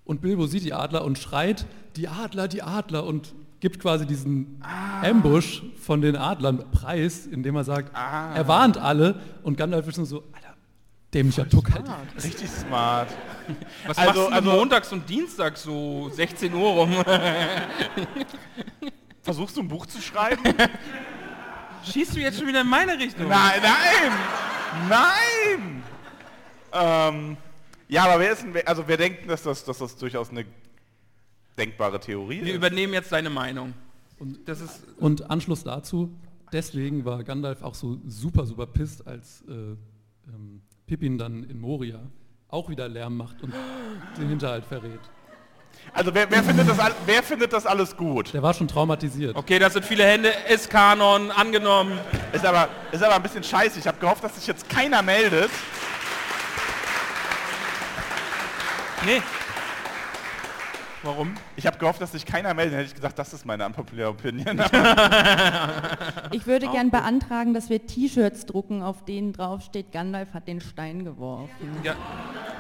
I: Und Bilbo sieht die Adler und schreit, die Adler, die Adler und gibt quasi diesen Ambush von den Adlern preis, indem er sagt, er warnt alle und Gandalf ist nur so, Alter, dämlicher Tuck halt.
C: Richtig smart.
B: Was
C: Also-
B: machst du
C: also-
B: also, montags und dienstags so 16 Uhr rum?
C: Versuchst du ein Buch zu schreiben?
B: Schießt du jetzt schon wieder in meine Richtung?
C: nein, nein! Nein! Ähm, ja, aber wer ist denn, wer- also wer denkt, denn, dass das, dass das durchaus eine denkbare Theorie
B: Wir
C: ist?
B: übernehmen jetzt deine Meinung. Und das ist
I: Und Anschluss dazu, deswegen war Gandalf auch so super, super pisst, als äh, ähm, Pippin dann in Moria auch wieder Lärm macht und den Hinterhalt verrät.
C: Also wer, wer, findet das, all- wer findet das alles gut?
I: Der war schon traumatisiert.
B: Okay, das sind viele Hände, ist Kanon, angenommen.
C: Ist aber, ist aber ein bisschen scheiße. Ich habe gehofft, dass sich jetzt keiner meldet.
B: Nee. Warum?
C: Ich habe gehofft, dass sich keiner meldet. Dann hätte ich gesagt, das ist meine unpopular Opinion.
H: Ich würde gern beantragen, dass wir T-Shirts drucken, auf denen draufsteht, Gandalf hat den Stein geworfen.
B: Ja.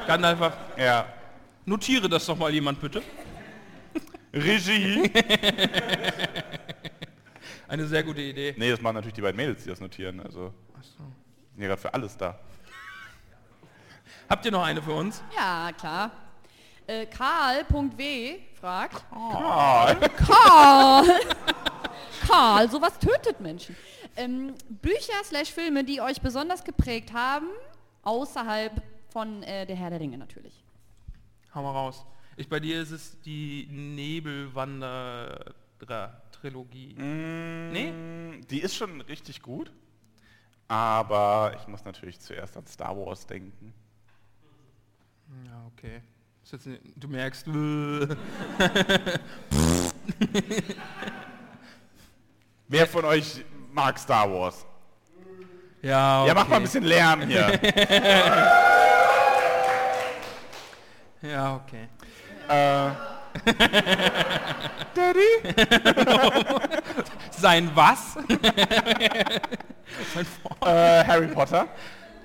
B: Gandalf, war-
C: ja.
B: notiere das doch mal jemand bitte.
C: Regie.
B: Eine sehr gute Idee.
C: nee, das machen natürlich die beiden Mädels, die das notieren. Also sind ja gerade für alles da.
B: Habt ihr noch eine für uns?
E: Ja, klar. Äh, Karl.w fragt.
C: Karl.
E: Karl! Karl, sowas tötet Menschen. Ähm, Bücher slash Filme, die euch besonders geprägt haben, außerhalb von äh, der Herr der Ringe natürlich.
B: Hau mal raus. Ich, bei dir ist es die Nebelwanderer-Trilogie. Nee?
C: Mm, Die ist schon richtig gut. Aber ich muss natürlich zuerst an Star Wars denken.
B: Ja, okay. Ist jetzt, ne- du merkst. äh.
C: Wer von euch mag Star Wars?
B: Ja,
C: Ja, mach
B: okay.
C: mal ein bisschen Lärm hier.
B: Ja, okay.
C: äh,
B: Daddy? Sein was? Sein Vor-
C: äh, Harry Potter.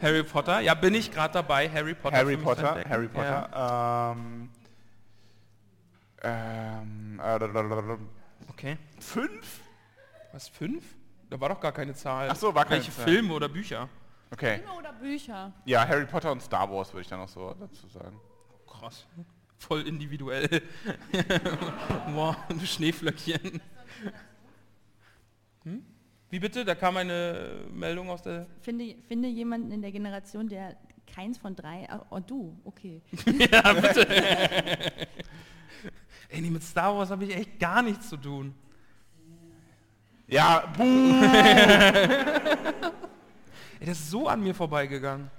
B: Harry Potter, ja, bin ich gerade dabei, Harry Potter. für
C: Harry
B: mich zu
C: Potter.
B: entdecken.
C: Harry Potter. Ähm, ähm, äh, blablabla.
B: Ja. Okay.
C: fünf?
B: Was, fünf? Da war doch gar keine Zahl.
C: Ach so, war keine
B: Welche
C: Zahl.
B: Filme oder Bücher?
C: Okay.
E: Filme oder Bücher?
C: Ja, Harry Potter und Star Wars würde ich dann noch so dazu sagen.
B: Krass. Voll individuell. wow, ein Schneeflöckchen. Hm? Wie bitte? Da kam eine Meldung aus der...
J: Finde, finde jemanden in der Generation, der keins von drei. ah, Oh, du, okay.
B: ja, bitte. Ey, nee, mit Star Wars habe ich echt gar nichts zu tun.
C: Ja, buh.
B: Ey, das ist so an mir vorbeigegangen.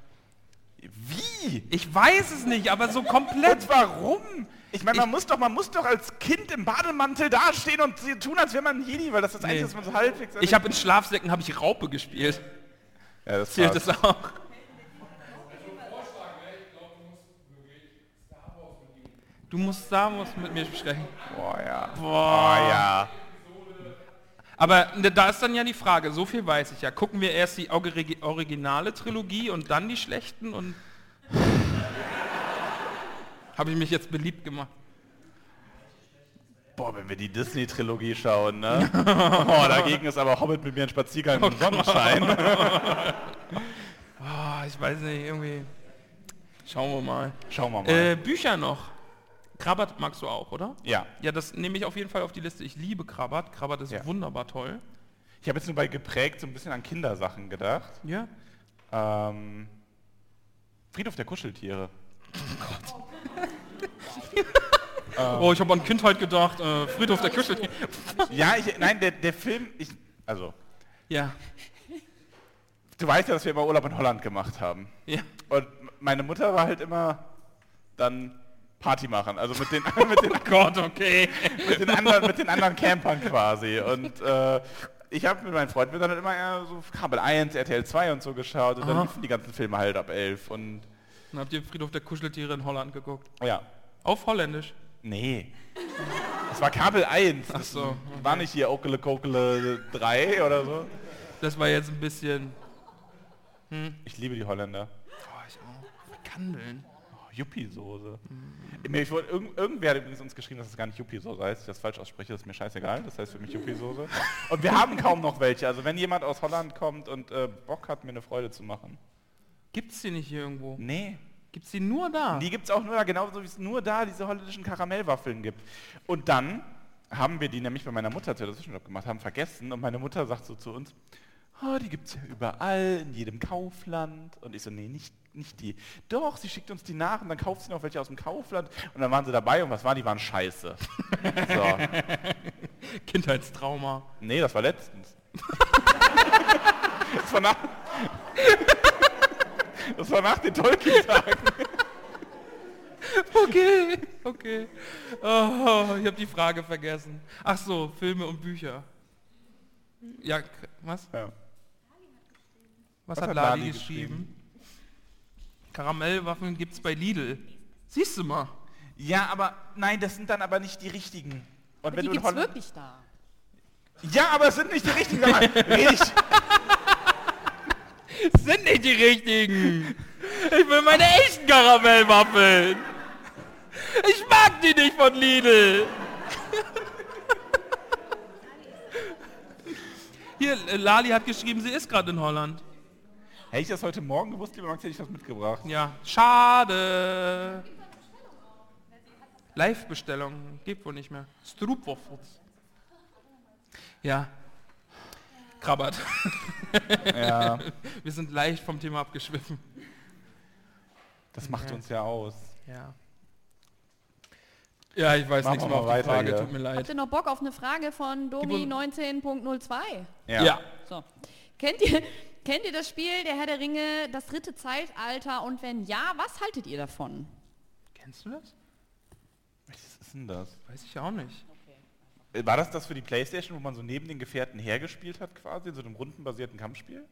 C: Wie?
B: Ich weiß es nicht, aber so komplett.
C: Und warum? Ich meine, man muss doch, man muss doch als Kind im Bademantel dastehen und tun, als wäre man ein Jedi, weil das das
B: Nee.
C: Einzige ist, was man so halbwegs...
B: Ich habe in Schlafsäcken habe ich Raupe gespielt.
C: Ja, das
B: Zählt
C: passt.
B: das auch? Du musst Star Wars mit mir sprechen.
C: Boah, ja.
B: Boah.
C: Oh, ja.
B: Aber ne, da ist dann ja die Frage, so viel weiß ich ja. Gucken wir erst die Origi- originale Trilogie und dann die schlechten und... habe ich mich jetzt beliebt gemacht.
C: Boah, wenn wir die Disney-Trilogie schauen, ne? oh, dagegen ist aber Hobbit mit mir ein Spaziergang im Sonnenschein.
B: Ah, ich weiß nicht, irgendwie... Schauen wir mal.
C: Schauen wir mal.
B: Äh, Bücher noch. Krabbert magst du auch, oder?
C: ja.
B: Ja, das nehme ich auf jeden Fall auf die Liste. Ich liebe Krabbert. Krabbert ist
C: Ja.
B: wunderbar toll.
C: Ich habe jetzt nur bei geprägt so ein bisschen an Kindersachen gedacht.
B: Ja.
C: Ähm, Friedhof der Kuscheltiere.
B: Oh, ich habe an Kindheit gedacht. Äh, Friedhof der Küche.
C: Ja, ich, nein, der, der Film, ich, also,
B: Ja.
C: du weißt ja, dass wir immer Urlaub in Holland gemacht haben.
B: Ja.
C: Und meine Mutter war halt immer dann Party machen, also mit den, mit den,
B: Oh Gott, okay.
C: mit den, anderen, mit den anderen Campern quasi. Und äh, ich habe mit meinen Freunden wir dann halt immer eher so Kabel 1, RTL 2 und so geschaut und dann
B: Aha.
C: liefen die ganzen Filme halt ab 11 und oh
B: Dann habt ihr Friedhof der Kuscheltiere in Holland geguckt.
C: ja.
B: Auf Holländisch.
C: Nee. Es war Kabel 1. Das
B: so, okay.
C: War nicht hier Okele Kokele 3 oder so?
B: Das war jetzt ein bisschen...
C: Ich liebe die Holländer.
B: Oh, ich auch. Kandeln.
C: Oh, Yuppie-Soße. Nee, ich wollte, irgend, irgendwer hat übrigens uns geschrieben, dass es gar nicht Yuppie-Soße heißt. Ich das falsch ausspreche, ist mir scheißegal. Das heißt für mich Yuppie-Soße. Und wir haben kaum noch welche. Also wenn jemand aus Holland kommt und äh, Bock hat, mir eine Freude zu machen.
B: Gibt's die nicht hier irgendwo?
C: Nee.
B: Gibt's die nur da?
C: Die gibt es auch nur da, genauso wie es nur da diese holländischen Karamellwaffeln gibt. Und dann haben wir die nämlich bei meiner Mutter zu der Zwischenjob gemacht, haben vergessen und meine Mutter sagt so zu uns, oh, die gibt es ja überall, in jedem Kaufland. Und ich so, nee, nicht, nicht die. Doch, sie schickt uns die nach und dann kauft sie noch welche aus dem Kaufland. Und dann waren sie dabei und was waren die? Waren scheiße. so.
B: Kindheitstrauma.
C: Nee, das war letztens. das, war nach, das war nach den Tolkien-Tagen.
B: Okay, okay. Oh, ich habe die Frage vergessen. Ach so, Filme und Bücher. Ja, k- was?
C: Ja.
B: Was, hat Lali, geschrieben? Karamellwaffeln gibt's bei Lidl. Siehst du mal.
C: Ja, aber nein, das sind dann aber nicht die richtigen. Und
E: Die
C: in
E: gibt es
C: Holland-
E: wirklich da.
C: Ja, aber es sind nicht die richtigen. Sag mal, red ich,
B: Sind nicht die richtigen. Ich will meine echten Karamellwaffeln. Ich mag die nicht von Lidl. Hier, äh, Lali hat geschrieben, sie ist gerade in Holland.
C: hätte ich das heute Morgen gewusst, lieber Max, hätte ich was mitgebracht.
B: Ja, schade. Live-Bestellung, gibt wohl nicht mehr. Stroopwafels. Ja. Krabbert.
C: Ja,
B: Wir sind leicht vom Thema abgeschwiffen.
C: das macht uns ja aus.
B: Ja. Ja, ich weiß
C: Machen
B: nichts
C: wir
B: mehr
C: mal
B: auf die
C: weiter
B: Frage,
C: hier.
B: tut mir
E: Habt
B: leid.
E: ihr noch Bock auf eine Frage von Domi
B: Gib
E: 19.02?
B: Ja.
E: So. Kennt ihr, kennt ihr das Spiel Der Herr der Ringe, das dritte Zeitalter? Und wenn ja, was haltet ihr davon?
B: Kennst du das?
C: Was ist denn das? Äh,
B: Weiß ich auch nicht.
C: War das das für die Playstation, wo man so neben den Gefährten hergespielt hat quasi, in so einem rundenbasierten Kampfspiel?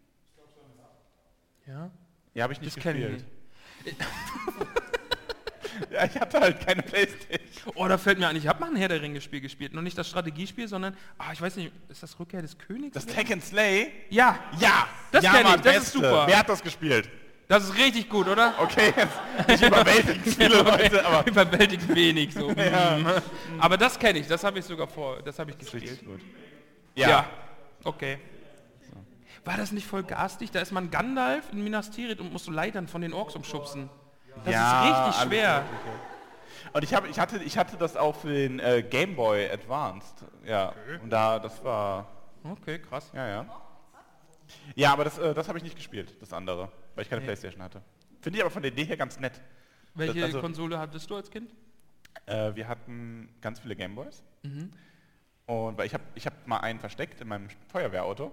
B: Ja?
C: Ja, habe ich nicht
B: Das kenn ich
C: gespielt. ja, ich hatte halt keine Playstation.
B: Oh, da fällt mir ein, ich habe mal ein Herr der Ringe-Spiel gespielt. Noch nicht das Strategiespiel, sondern, ah, ich weiß nicht, ist das Rückkehr des Königs?
C: Das
B: gewesen?
C: Hack and Slay?
B: Ja,
C: Ja!
B: das
C: ja,
B: kenn
C: Mann,
B: ich, das ist
C: Beste.
B: super.
C: Wer hat das gespielt?
B: Das ist richtig gut, oder?
C: Okay, jetzt nicht überwältigen viele Leute, aber
B: Überwältigt wenig so. Mhm. Aber das kenne ich, das habe ich sogar vor, das habe ich gespielt.
C: richtig gut.
B: Ja.
C: Ja.
B: Okay. War das nicht voll garstig? Da ist man Gandalf in Minas Tirith und musst du Leitern von den Orks umschubsen. Das
C: Ja,
B: ist
C: alles
B: richtig schwer.
C: Mögliche. Und ich, hab, ich, hatte, ich hatte das auch für den äh, Game Boy Advanced. Ja, und da, das war,
B: Okay, krass.
C: ja, ja. Ja, aber das, äh, das habe ich nicht gespielt, das andere, weil ich keine
B: Nee.
C: Playstation hatte. Finde ich aber von der Idee her ganz nett.
B: Welche
C: also-
B: Konsole hattest du als Kind?
C: Äh, wir hatten ganz viele Gameboys. Und weil ich habe ich hab mal einen versteckt in meinem Feuerwehrauto.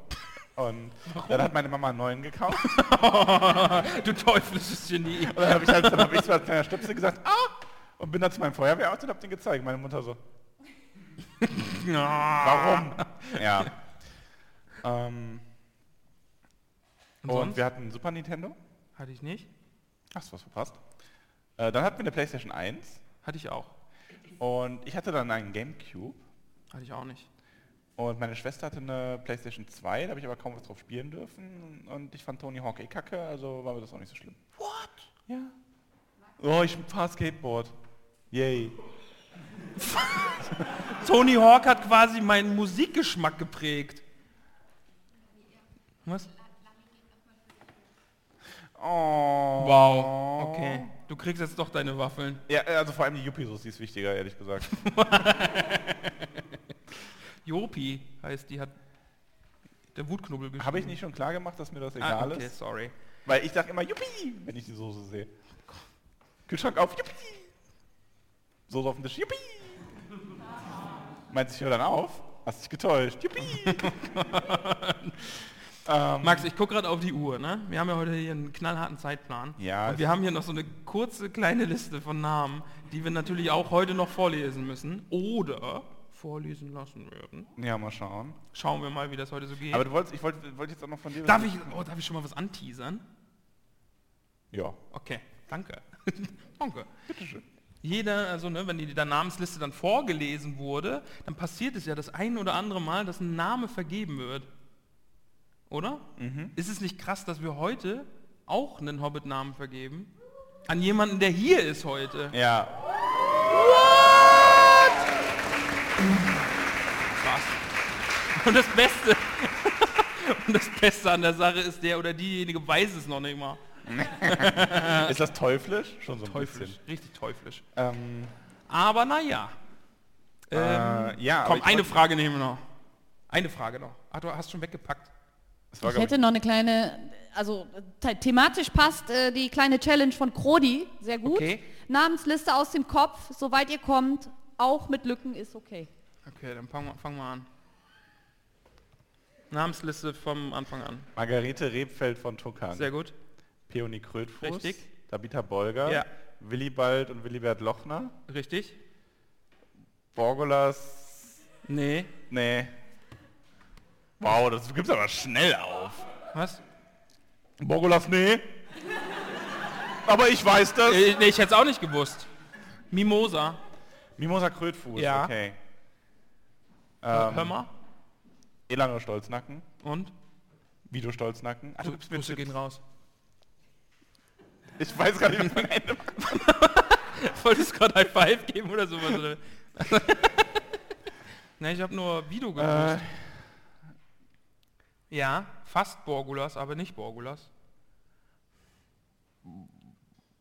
C: Und dann hat meine Mama einen neuen gekauft. Und
B: Du teuflisches Genie.
C: dann habe ich halt dann hab ich so als kleiner Stöpsel gesagt, ah! Und bin dann zu meinem Feuerwehrauto und habe den gezeigt. Meine Mutter so, warum? ja. Ähm,
B: Und
C: und
B: sonst?
C: wir hatten Super Nintendo.
B: Hatte ich nicht.
C: Hast du was verpasst? Äh, dann hatten wir eine Playstation 1.
B: Hatte ich auch.
C: Und ich hatte dann einen Gamecube.
B: Hatte ich auch nicht.
C: Und meine Schwester hatte eine Playstation 2, da habe ich aber kaum was drauf spielen dürfen. Und ich fand Tony Hawk eh kacke, also war mir das auch nicht so schlimm. What? Ja. Oh, ich fahr Skateboard. Yay.
B: Tony Hawk hat quasi meinen Musikgeschmack geprägt. Was?
C: Oh.
B: Wow. Okay. Du kriegst jetzt doch deine Waffeln.
C: Ja, äh, also vor allem die Yuppie-Sauce, die ist wichtiger, ehrlich gesagt.
B: Jopi heißt, die hat der Wutknubbel geschrieben.
C: habe ich nicht schon klar gemacht, dass mir das egal
B: ah, okay,
C: ist?
B: sorry.
C: Weil ich sage immer Yuppie, wenn ich die Soße sehe. Kühlschrank auf, Yuppie. Soße auf dem Tisch, Yuppie. Meinst du, ich höre dann auf? Hast dich getäuscht, Yuppie. ähm,
B: Max, ich gucke gerade auf die Uhr. Ne? Wir haben ja heute hier einen knallharten Zeitplan.
C: Ja,
B: Und
C: es-
B: wir haben hier noch so eine kurze kleine Liste von Namen, die wir natürlich auch heute noch vorlesen müssen. Oder vorlesen lassen werden.
C: ja, mal schauen.
B: Schauen wir mal, wie das heute so geht.
C: Aber du wolltest, ich wollte wollte jetzt auch noch von dir...
B: darf, ich, oh, darf ich schon mal was anteasern?
C: Ja.
B: Okay, danke. danke. Jeder, also ne, wenn die der Namensliste dann vorgelesen wurde, dann passiert es ja das ein oder andere Mal, dass ein Name vergeben wird. Oder? Ist es nicht krass, dass wir heute auch einen Hobbit-Namen vergeben? An jemanden, der hier ist heute.
C: Ja.
B: Krass. Und das Beste, und das Beste an der Sache ist, der oder diejenige weiß es noch nicht mal.
C: Ist das teuflisch? Schon so ein
B: Ah. Teuflisch,
C: bisschen.
B: richtig teuflisch.
C: Ähm,
B: Aber naja. Ähm,
C: äh, ja, aber
B: Komm,
C: ich
B: eine
C: wollte-
B: Frage nehmen wir noch. Eine Frage noch. Ach, du hast schon weggepackt.
C: Es war,
E: Ich hätte noch eine kleine, also the thematisch passt äh, die kleine Challenge von Krodi sehr gut.
B: Okay.
E: Namensliste aus dem Kopf, soweit ihr kommt, auch mit Lücken ist okay.
B: Okay, dann fangen wir fangen wir an. Namensliste vom Anfang an.
C: Margarete Rebfeld von Tuckern.
B: Sehr gut.
C: Peony Krötfuß.
B: Richtig.
C: Tabitha Bolger.
B: Ja.
C: Willibald und Willibert Lochner.
B: Richtig?
C: Borgolas.
B: Nee.
C: Nee. Wow, das gibt's aber schnell auf.
B: Was?
C: Borgolas, nee. aber ich weiß das.
B: Äh, nee, ich hätte es auch nicht gewusst. Mimosa.
C: Mimosa Krötfuß,
B: Ja.
C: okay.
B: Hör
C: Ähm,
B: mal.
C: Elano Stolznacken.
B: Und?
C: Vido Stolznacken. Ach, du gibst mir
B: Grüße
C: Tipps.
B: gehen raus.
C: Ich weiß gar nicht, was mein Ende macht.
B: Wolltest du gerade High Five geben oder sowas? Oder? ne, ich habe nur Video gegrüßt. Ja, fast Borgulas, aber nicht Borgulas.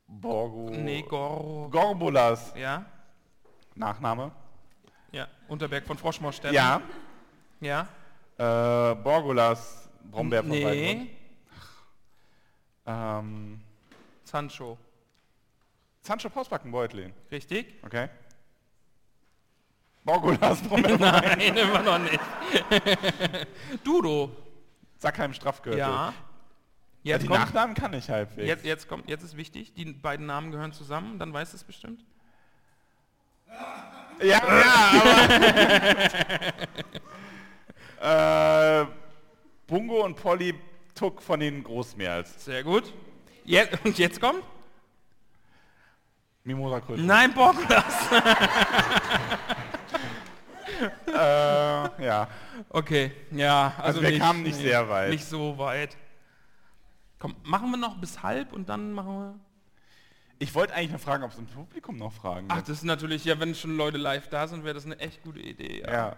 C: Borgo.
B: Nee, Gor.
C: Gorbulas.
B: Ja,
C: Nachname.
B: ja. Unterberg von Froschmorstelle.
C: Ja.
B: Ja.
C: Äh, Borgulas. Brombeer von Weidenmund.
B: nee,
C: Ähm,
B: Sancho.
C: Sancho Pausbacken Beutlin.
B: Richtig?
C: Okay. Borgulas. Brombeer von Weidenmund.
B: Nein, immer noch nicht. Dudo.
C: Sackheim Strafgürtel.
B: Ja. Jetzt
C: die
B: kommt,
C: Nachnamen kann ich halbwegs.
B: jetzt, jetzt kommt, jetzt ist wichtig, die beiden Namen gehören zusammen, dann weißt du es bestimmt.
C: Ja, ja, aber. äh, Bungo und Polly Tuck von den Großmeerls.
B: Sehr gut. Je und jetzt kommt?
C: Mimosa Kultur.
B: Nein, Borglas.
C: äh, ja.
B: Okay, ja. Also,
C: Also wir kamen nicht sehr weit.
B: Nicht so weit. Komm, machen wir noch bis halb und dann machen wir...
C: Ich wollte eigentlich noch fragen, ob es im Publikum noch Fragen
B: Ach,
C: gibt.
B: das ist natürlich, ja, wenn schon Leute live da sind, wäre das eine echt gute Idee. Ja.
C: Ja.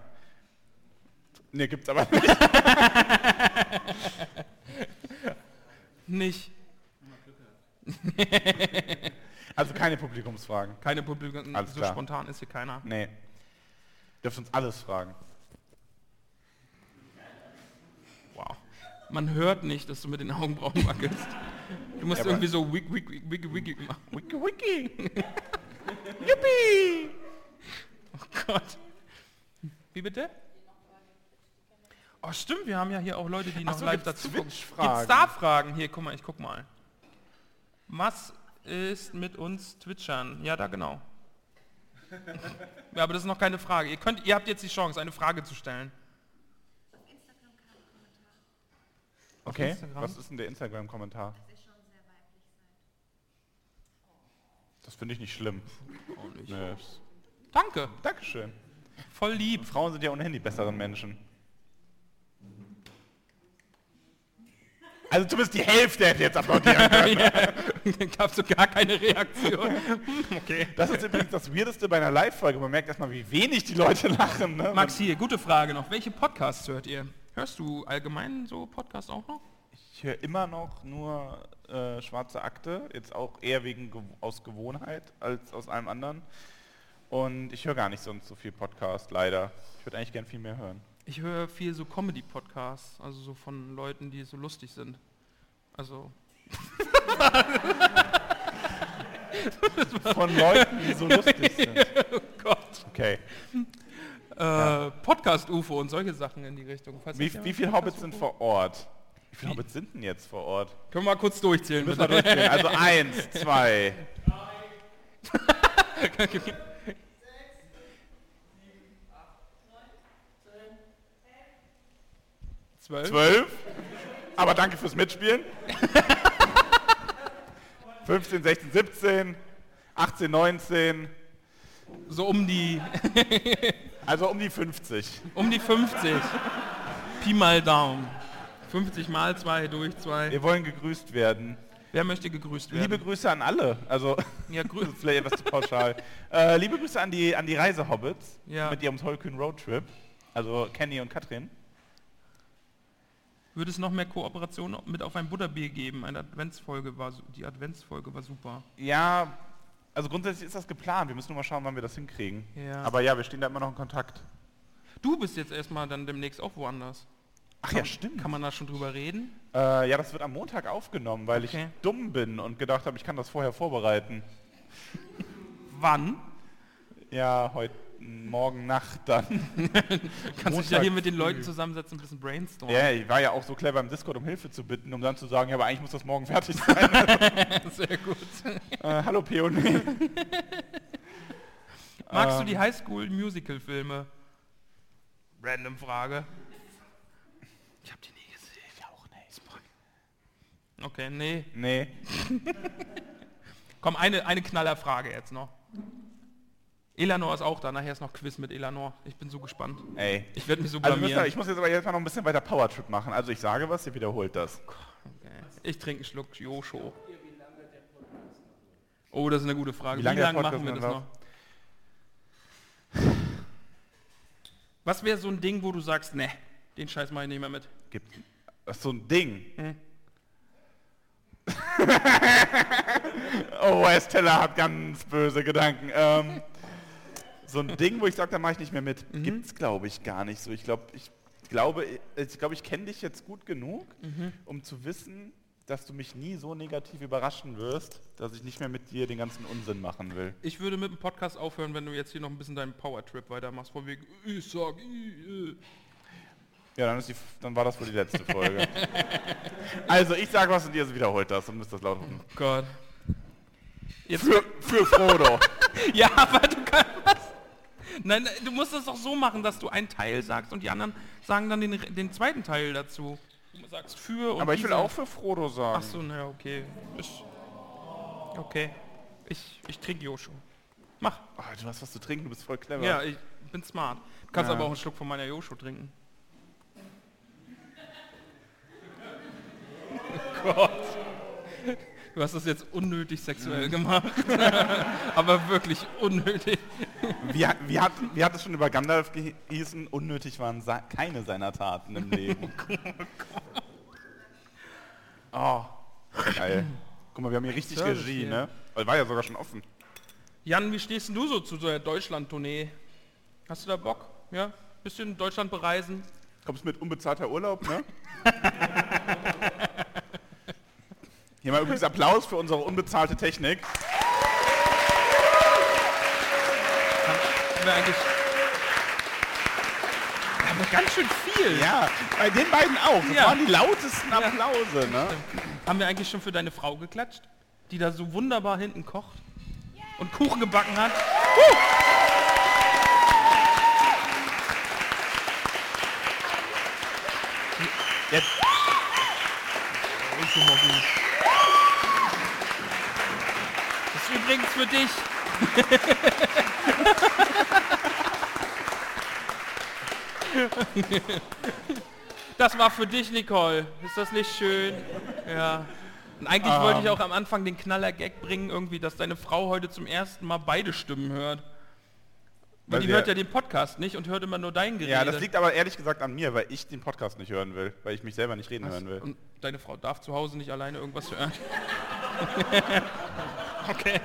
C: Ne, gibt's aber nicht.
B: Nicht.
C: Also keine Publikumsfragen.
B: Keine Publikum,
C: Alles
B: so
C: klar.
B: spontan ist hier keiner.
C: Nee. Dürft uns alles fragen.
B: Wow. Man hört nicht, dass du mit den Augenbrauen wackelst. Du musst
C: Ja, aber-
B: irgendwie so wick, wick, wick, wick, wick machen.
C: Wiki Wiki.
B: Yippie! Oh Gott. Wie bitte? Oh stimmt, wir haben ja hier auch Leute, die noch
C: so,
B: live
C: gibt's
B: dazu gucken.
C: Twitch-Fragen?
B: Gibt's da Fragen? Hier, guck mal, ich guck mal. Was ist mit uns Twitchern? Ja, da genau. ja, aber das ist noch keine Frage. Ihr, könnt, ihr habt jetzt die Chance, eine Frage zu stellen.
C: Okay,
B: Instagram?
C: was ist denn der Instagram-Kommentar? Das finde ich nicht schlimm. Nee.
B: Danke,
C: Dankeschön.
B: voll lieb.
C: Frauen sind ja ohnehin die besseren Menschen. Also du bist die Hälfte hätte jetzt applaudieren können.
B: Gab so gar keine Reaktion. Hm, okay.
C: Das ist übrigens das Weirdeste bei einer Live-Folge. Man merkt erstmal, wie wenig die Leute lachen. Ne?
B: Max hier, gute Frage noch. Welche Podcasts hört ihr? Hörst du allgemein so Podcasts auch noch?
C: Ich höre immer noch nur äh, schwarze Akte, jetzt auch eher wegen Ge aus Gewohnheit als aus allem anderen. Und ich höre gar nicht sonst so viel Podcast, leider. Ich würde eigentlich gern viel mehr hören.
B: Ich höre viel so Comedy-Podcasts, also so von Leuten, die so lustig sind. Also,
C: Von Leuten, die so lustig sind.
B: Gott.
C: Okay.
B: Äh, Podcast-UFO und solche Sachen in die Richtung. Falls
C: Wie,
B: das ja-
C: wie viele Hobbits sind vor Ort? Wie viele Hobbits sind denn jetzt vor Ort?
B: Können wir mal kurz durchzählen,
C: Müssen wir
B: bitte.
C: durchgehen. Also eins, zwei.
B: Zwölf?
C: Zwölf. Aber danke fürs Mitspielen. 15, 16, 17, 18, 19,
B: So um die,
C: also um die 50.
B: um die 50. Pi mal Daumen. 50 mal 2 durch 2.
C: Wir wollen gegrüßt werden.
B: Wer möchte gegrüßt werden?
C: Liebe Grüße an alle. Also
B: ja, grü
C: das ist vielleicht etwas zu pauschal. äh, liebe Grüße an die, an die Reisehobbits
B: Ja.
C: mit ihrem tollkühnen Roadtrip. Also Kenny und Katrin.
B: Würde es noch mehr Kooperation mit auf ein Butterbier geben? Eine Adventsfolge war, su- die Adventsfolge war super.
C: Ja, also grundsätzlich ist das geplant. Wir müssen nur mal schauen, wann wir das hinkriegen.
B: Ja.
C: Aber ja, wir stehen da immer noch in Kontakt.
B: Du bist jetzt erstmal dann demnächst auch woanders.
C: Ach ja, stimmt.
B: Kann man da schon drüber reden?
C: Äh, ja, das wird am Montag aufgenommen, weil
B: Okay.
C: ich dumm bin und gedacht habe, ich kann das vorher vorbereiten.
B: Wann?
C: Ja, heute Morgen Nacht dann.
B: Kannst du dich ja
C: Montag
B: hier mit den
C: früh.
B: Leuten zusammensetzen, ein bisschen brainstormen.
C: Ja, ich war ja auch so clever im Discord, um Hilfe zu bitten, um dann zu sagen, ja, aber eigentlich muss das morgen fertig sein.
B: Sehr gut.
C: äh, hallo Peony.
B: Magst du
C: Ähm.
B: die Highschool-Musical-Filme? Random Frage. Ich habe die nie gesehen. Ich auch nicht. Okay, nee.
C: Nee.
B: Komm, eine, eine Knallerfrage jetzt noch. Elanor ist auch da. Nachher ist noch Quiz mit Elanor. Ich bin so gespannt.
C: Ey.
B: Ich werde mich so
C: Also wir müssen,
B: blamieren.
C: da- ich muss jetzt aber jetzt mal noch ein bisschen weiter Powertrip machen. Also ich sage was, ihr wiederholt das.
B: ich trinke einen Schluck Josho. Oh, das ist eine gute Frage.
C: Wie
B: Wie
C: lange
B: lange
C: der
B: lang machen
C: Podcast
B: wir
C: noch
B: das
C: läuft?
B: noch? Was wäre so ein Ding, wo du sagst, ne, den Scheiß mache ich nicht mehr mit?
C: Gibt, das ist so ein Ding. oh, Estella hat ganz böse Gedanken. Ähm, so ein Ding, wo ich sage, da mache ich nicht mehr mit, gibt's glaube ich, gar nicht so. Ich glaube, ich glaube, ich, glaube, ich kenne dich jetzt gut genug, um zu wissen, dass du mich nie so negativ überraschen wirst, dass ich nicht mehr mit dir den ganzen Unsinn machen will.
B: Ich würde mit dem Podcast aufhören, wenn du jetzt hier noch ein bisschen deinen Power-Trip weitermachst. Von wegen, ich sag, ich, äh.
C: Ja, dann, ist die, dann war das wohl die letzte Folge. also ich sage was und ihr wiederholt das und müsst das laut rufen.
B: Gott. Jetzt,
C: Für, für Frodo.
B: ja, aber du kannst was. Nein, nein, du musst das doch so machen, dass du einen Teil sagst und die anderen sagen dann den, den zweiten Teil dazu. Du sagst für und
C: Aber ich will
B: dieser-
C: auch für Frodo sagen.
B: Ach so, naja, okay. Ich, okay. Ich, ich trinke Joshua. Mach.
C: Ah, du hast was zu trinken, du bist voll clever.
B: Ja, ich bin smart. Du kannst
C: Ja.
B: aber auch einen Schluck von meiner Joshua trinken. oh Gott. Du hast das jetzt unnötig sexuell gemacht. aber wirklich unnötig.
C: Wie, hat- wie, hat, wie hat es schon über Gandalf gehießen? Unnötig waren se keine seiner Taten im Leben. oh, geil. Guck mal, wir haben hier richtig
B: Service
C: Regie,
B: hier.
C: ne? Weil war ja sogar schon offen.
B: Jan, wie stehst denn du so zu so einer Deutschland-Tournee? Hast du da Bock? Ja? Bisschen Deutschland bereisen?
C: Kommst mit unbezahlter Urlaub, ne? Hier mal übrigens Applaus für unsere unbezahlte Technik.
B: Haben wir eigentlich... Aber ganz schön viel.
C: Ja, bei den beiden auch. Das
B: Ja.
C: waren die lautesten Applause, ne?
B: Haben wir eigentlich schon für deine Frau geklatscht, die da so wunderbar hinten kocht und Kuchen gebacken hat? Huh!
C: Jetzt.
B: Ist schon mal gut. Das ist übrigens für dich. Das war für dich, Nicole. Ist das nicht schön? Ja. Und eigentlich wollte
C: Ähm.
B: ich auch am Anfang den Knaller-Gag bringen, irgendwie, dass deine Frau heute zum ersten Mal beide Stimmen hört. Weil
C: Weil
B: die
C: wir-
B: hört ja den Podcast nicht und hört immer nur dein Gerede.
C: Ja, das liegt aber ehrlich gesagt an mir, weil ich den Podcast nicht hören will, weil ich mich selber nicht reden hören will.
B: Und deine Frau darf zu Hause nicht alleine irgendwas hören. okay.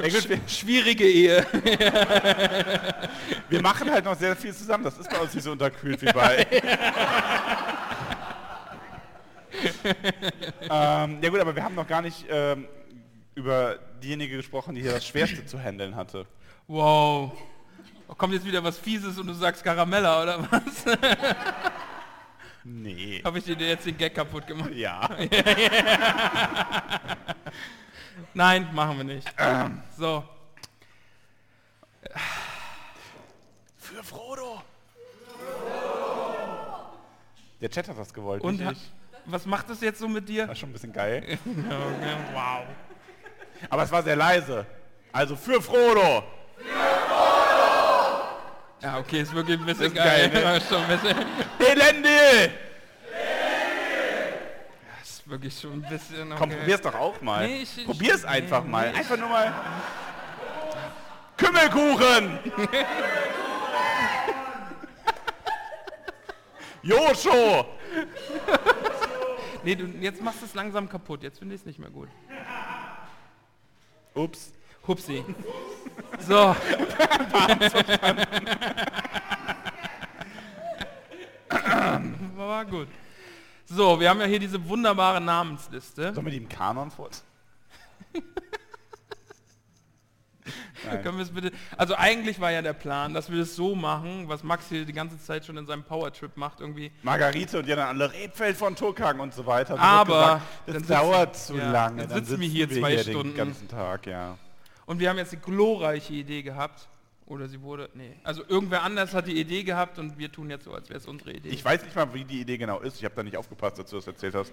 C: Ja, gut, wir,
B: Schwierige Ehe.
C: wir machen halt noch sehr viel zusammen. Das ist bei uns nicht so unterkühlt wie bei. ähm, ja gut, aber wir haben noch gar nicht ähm, über diejenige gesprochen, die hier das Schwerste zu handeln hatte.
B: Wow. Oh, Kommt jetzt wieder was Fieses und du sagst Karamella oder was?
C: Nee.
B: Habe ich dir jetzt den Gag kaputt gemacht?
C: Ja.
B: Nein, machen wir nicht.
C: Ähm.
B: So.
C: Für Frodo. Der Chat hat das gewollt,
B: Und
C: nicht
B: ha-
C: ich.
B: was macht das jetzt so mit dir?
C: War schon ein bisschen geil.
B: Okay, wow.
C: Aber es war sehr leise. Also für Frodo.
B: Ja, okay, ist wirklich ein bisschen
C: Ist
B: geil.
C: geil, ne?
B: Ja, ist schon ein bisschen,
C: Elende!
B: ist wirklich schon ein bisschen. Okay.
C: Komm, probier's doch auch mal.
B: Nee, ich- ich-
C: probier's einfach
B: nee,
C: mal.
B: nee,
C: einfach nur mal. Kümmelkuchen! Josho!
B: Nee, du, jetzt machst du es langsam kaputt. Jetzt finde ich es nicht mehr gut.
C: Ups.
B: Hupsi. So. War gut. So, wir haben ja hier diese wunderbare Namensliste.
C: Sollen wir die im Kanon vor?
B: Können wir es bitte. Also eigentlich war ja der Plan, dass wir das so machen, was Max hier die ganze Zeit schon in seinem Powertrip macht irgendwie.
C: Margarite und die dann alle Rebfeld von Turkhagen und so weiter. Und dann wird
B: Aber
C: das
B: dann sitzen-
C: dauert zu
B: ja,
C: lange.
B: dann sitzen wir hier zwei Stunden.
C: den ganzen Tag, ja.
B: Und wir haben jetzt eine glorreiche Idee gehabt. Oder sie wurde. Nee. Also irgendwer anders hat die Idee gehabt und wir tun jetzt so, als wäre es unsere Idee.
C: Ich weiß nicht mal, wie die Idee genau ist. Ich habe da nicht aufgepasst, als du das erzählt hast.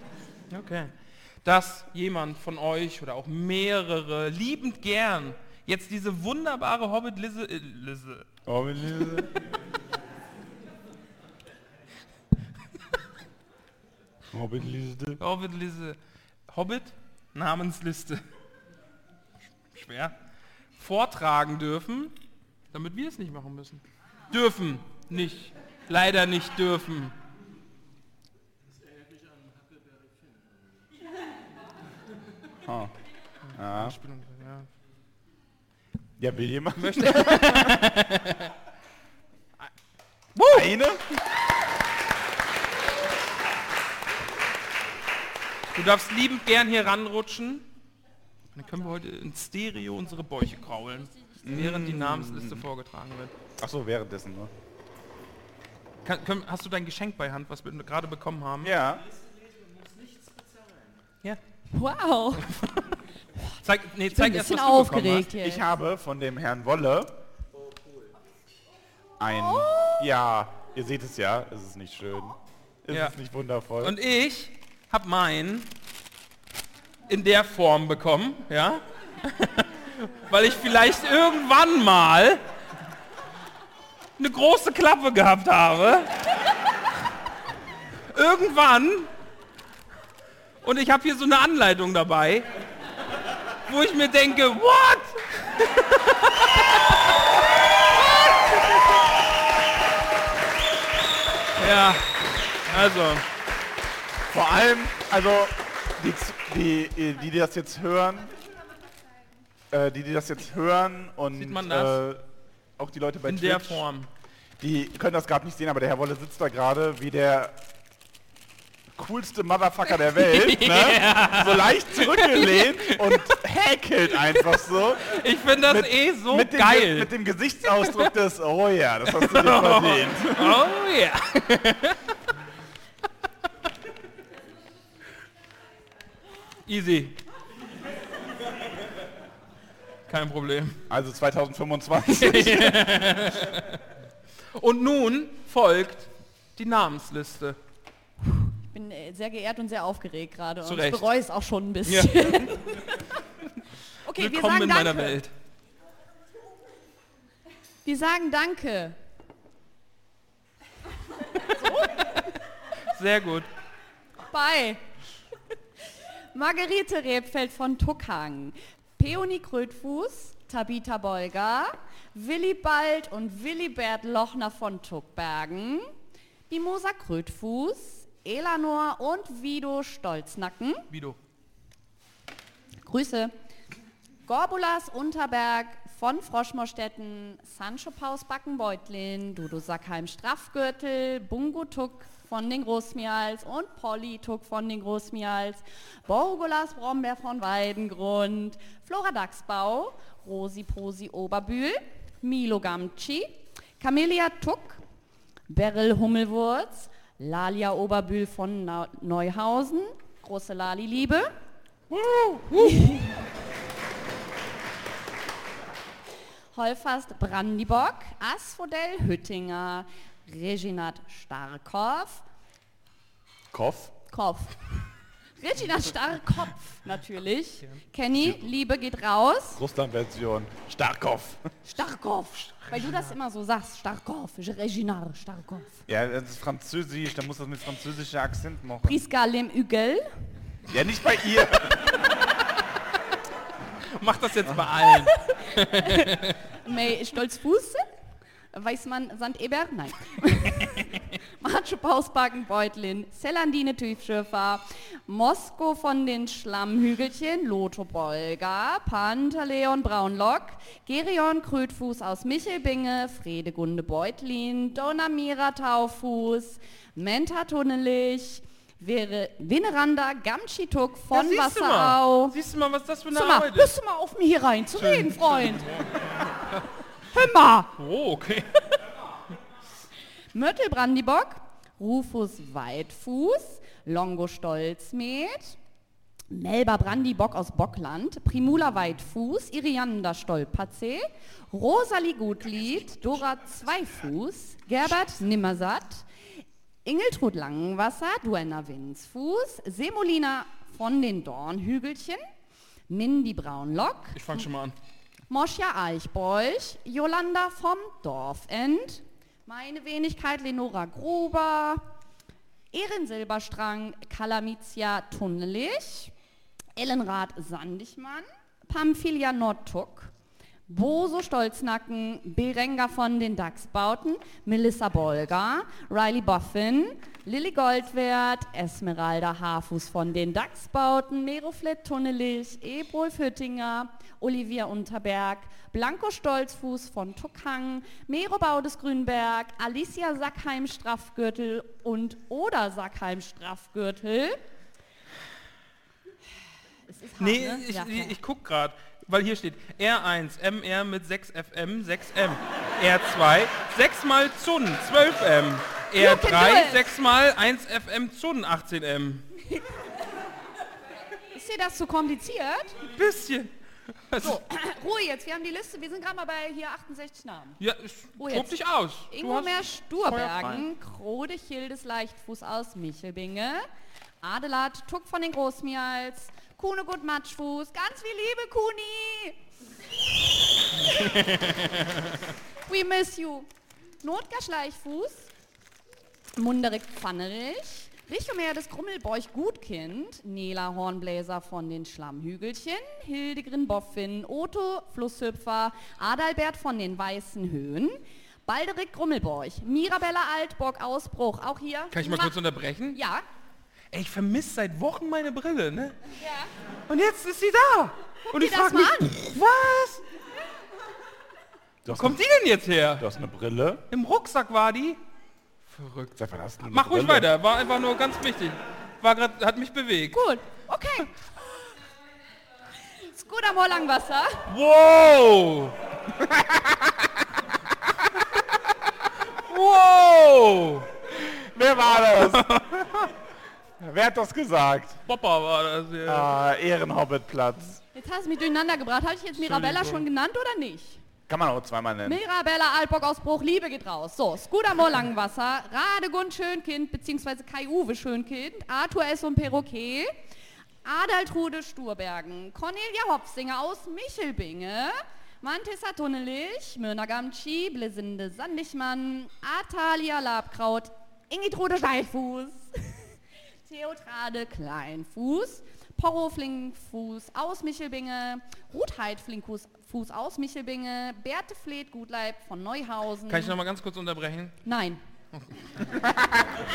B: Okay. Dass jemand von euch oder auch mehrere liebend gern jetzt diese wunderbare Hobbit Lisse, äh, Lisse.
C: Oh, Lise. Hobbit Oh, Lise.
B: Hobbit Lisse, Hobbit Namensliste Sch- schwer vortragen dürfen, damit wir es nicht machen müssen. Dürfen nicht, leider nicht dürfen.
C: Ah. Ja.
B: Anspielung, ja.
C: ja, will jemand? Möchte. Eine?
B: Du darfst liebend gern hier ranrutschen. Dann können wir heute in Stereo unsere Bäuche kraulen, während die Namensliste vorgetragen wird.
C: Achso, währenddessen nur.
B: Kann, können, hast du dein Geschenk bei Hand, was wir gerade bekommen haben?
C: Ja.
B: Ja.
E: Wow,
B: Zeig, nee,
E: ich bin ein
B: zeig erst,
E: bisschen
B: was du bekommen
E: aufgeregt
B: hast.
E: hier.
C: Ich habe von dem Herrn Wolle
K: ein. Ja, ihr seht es ja, es ist nicht schön. Es
B: Ja.
K: ist nicht wundervoll.
B: Und ich habe meinen in der Form bekommen, ja? Weil ich vielleicht irgendwann mal eine große Klappe gehabt habe. Irgendwann. Und ich habe hier so eine Anleitung dabei, wo ich mir denke, what? Ja, also.
K: Vor allem, also die, Z- die, die, die das jetzt hören, äh, die, die das jetzt hören und
B: Sieht man
K: Äh,
B: das?
K: auch die Leute bei
B: In
K: Twitch,
B: der Form.
K: die können das gerade nicht sehen, aber der Herr Wolle sitzt da gerade wie der coolste Motherfucker der Welt, ne?
B: Ja.
K: so leicht zurückgelehnt und häkelt einfach so.
B: Ich finde das eh so
K: mit dem, Ge-
B: geil.
K: Mit dem Gesichtsausdruck des, oh ja, das hast du dir verdient.
B: Oh ja. Easy. Kein Problem.
K: Also 2025.
B: Und nun folgt die Namensliste.
E: Ich bin äh, sehr geehrt und sehr aufgeregt gerade.
B: Zu
E: Und ich
B: Recht.
E: bereue es auch schon ein bisschen. okay, wir
B: Willkommen
E: sagen
B: in
E: Danke.
B: meiner Welt.
E: Wir sagen Danke.
B: Sehr gut.
E: Bye. Margarete Rebfeld von Tuckhang, Peony Krötfuß, Tabitha Bolger, Willibald und Willibert Lochner von Tuckbergen, Mimosa Krötfuß, Elanor und Vido Stolznacken.
B: Vido.
E: Grüße. Gorbulas Unterberg von Froschmorstetten, Sancho Paus Backenbeutlin, Dudu Sackheim Straffgürtel, Bungo Tuck von den Großmials und Polly Tuck von den Großmials, Borgulas Brombeer von Weidengrund, Flora Dachsbau, Rosi Posi Oberbühl, Milo Gamci, Camelia Tuck, Beryl Hummelwurz, Lalia Oberbühl von Na Neuhausen, große Lali Liebe. Holfast Brandibock, Asphodel Hüttinger, Reginat Starkopf,
K: Kopf.
E: Kopf. Reginat Starkopf natürlich. Kenny, Liebe geht raus.
K: Russland-Version. Starkopf.
E: Starkopf. Weil du das immer so sagst, Starkopf, Reginat Starkopf.
K: Ja, das ist französisch, da muss das mit französischer Akzent machen.
E: Priska Lem Ügel.
K: Ja, nicht bei ihr.
B: Mach das jetzt bei allen.
E: May Stolzfuß, Weißmann Sandeber, nein. Marge Pausbacken Beutlin, Celandine Tiefschürfer, Mosko von den Schlammhügelchen, Lotho Bolger, Pantaleon Braunlock, Gerion Krötfuß aus Michelbinge, Fredegunde Beutlin, Donamira Taufuß, Menta Tunnelich, Vere- Veneranda Gamschituk von
B: Ja, siehst du
E: Wasserau.
B: mal. Siehst du mal, was das für eine
E: Sag mal,
B: Arbeit ist?
E: hörst du mal auf, mir hier rein zu reden, Freund. Hör mal.
B: Oh, okay.
E: Mörtel Brandibock, Rufus Weitfuß, Longo Stolzmet, Melba Brandibock aus Bockland, Primula Weitfuß, Irianda Stolpatze, Rosalie Gutlied, Dora Zweifuß, Gerbert Nimmersatt, Ingeltrud Langenwasser, Duenna Winsfuß, Semolina von den Dornhügelchen, Mindy Braunlock,
B: Ich fange schon mal an.
E: Moschja Eichbeuch, Jolanda vom Dorfend, meine Wenigkeit Lenora Gruber, Erin Silberstrang, Kalamitia Tunnelich, Ellenrath Sandigmann, Pamphilia Nordtuck, Boso Stolznacken, Berenga von den Dachsbauten, Melissa Bolger, Riley Boffin, Lilly Goldwert, Esmeralda Haarfuß von den Dachsbauten, Meroflet Tunnelich, Ebrol Füttinger, Olivia Unterberg, Blanco Stolzfuß von Tuckhang, Mero Baudes Grünberg, Alicia Sackheim Straffgürtel und Oder Sackheim Straffgürtel. Es ist hart,
B: Nee,
E: ne?
B: ich,
E: Ja.
B: ich, ich guck gerade, weil hier steht R1 MR mit 6FM 6M, R2 6 mal Zun 12M,
E: You can do
B: R3
E: it.
B: 6 mal 1FM Zun 18M.
E: Ist dir das zu kompliziert?
B: Bisschen.
E: So, Ruhe jetzt, wir haben die Liste, wir sind gerade mal bei hier 68 Namen.
B: Ja, ich
E: Ruhe
B: tob dich aus. Du hast
E: Ingomer Sturbergen,
B: Feuer
E: Krode Hildes Leichtfuß aus Michelbinge, Adelat Tuck von den Großmials, Kuhne Gut Matschfuß, ganz viel Liebe Kuni, we miss you. Notgar Schleichfuß, Munderik Pfannerich, Richomer des Grummelbeuch Gutkind, Nela Hornbläser von den Schlammhügelchen, Hildegrin Boffin, Otto Flusshüpfer, Adalbert von den Weißen Höhen, Balderik Grummelbeuch, Mirabella Altbock Ausbruch, auch hier.
B: Kann ich mal
E: Mua.
B: kurz unterbrechen?
E: Ja,
B: Ey, ich vermisse seit Wochen meine Brille, ne?
E: ja.
B: Und jetzt ist sie da.
E: Guck
B: Und
E: dir
B: ich
E: das
B: frage
E: mal
B: mich,
E: an.
B: was?
K: Du hast
B: Kommt die
K: eine,
B: denn jetzt her?
K: Du hast eine Brille.
B: Im Rucksack war die. Verrückt.
K: Seit wann hast du eine
B: Mach ruhig
K: Brille?
B: weiter, war einfach nur ganz wichtig. War grad, hat mich bewegt.
E: Gut, okay. Skudamor Langwasser.
B: Wow! wow!
K: Wer war das? Wer hat das gesagt?
B: Popper war das hier.
K: Ah, Ehrenhobbitplatz.
E: Jetzt hast du mich durcheinander gebracht. Habe ich jetzt Mirabella schon genannt oder nicht?
K: Kann man auch zweimal nennen.
E: Mirabella Altbock-Ausbruch, Liebe geht raus. So, Skudamor Langwasser, Radegund Schönkind, beziehungsweise Kai-Uwe Schönkind, Arthur S. und Perroquet, Adaltrude Sturbergen, Cornelia Hopfsinger aus Michelbinge, Mantissa Tunnelich, Myrna Gamtschi, Blisinde Sandigmann, Atalia Labkraut, Ingitrude Schleichfuß. Theodrade Kleinfuß, Porro Flinkfuß aus Michelbinge, Rutheit Flinkfuß Fuß aus Michelbinge, Berthe Fleet Gutleib von Neuhausen.
B: Kann ich nochmal ganz kurz unterbrechen?
E: Nein.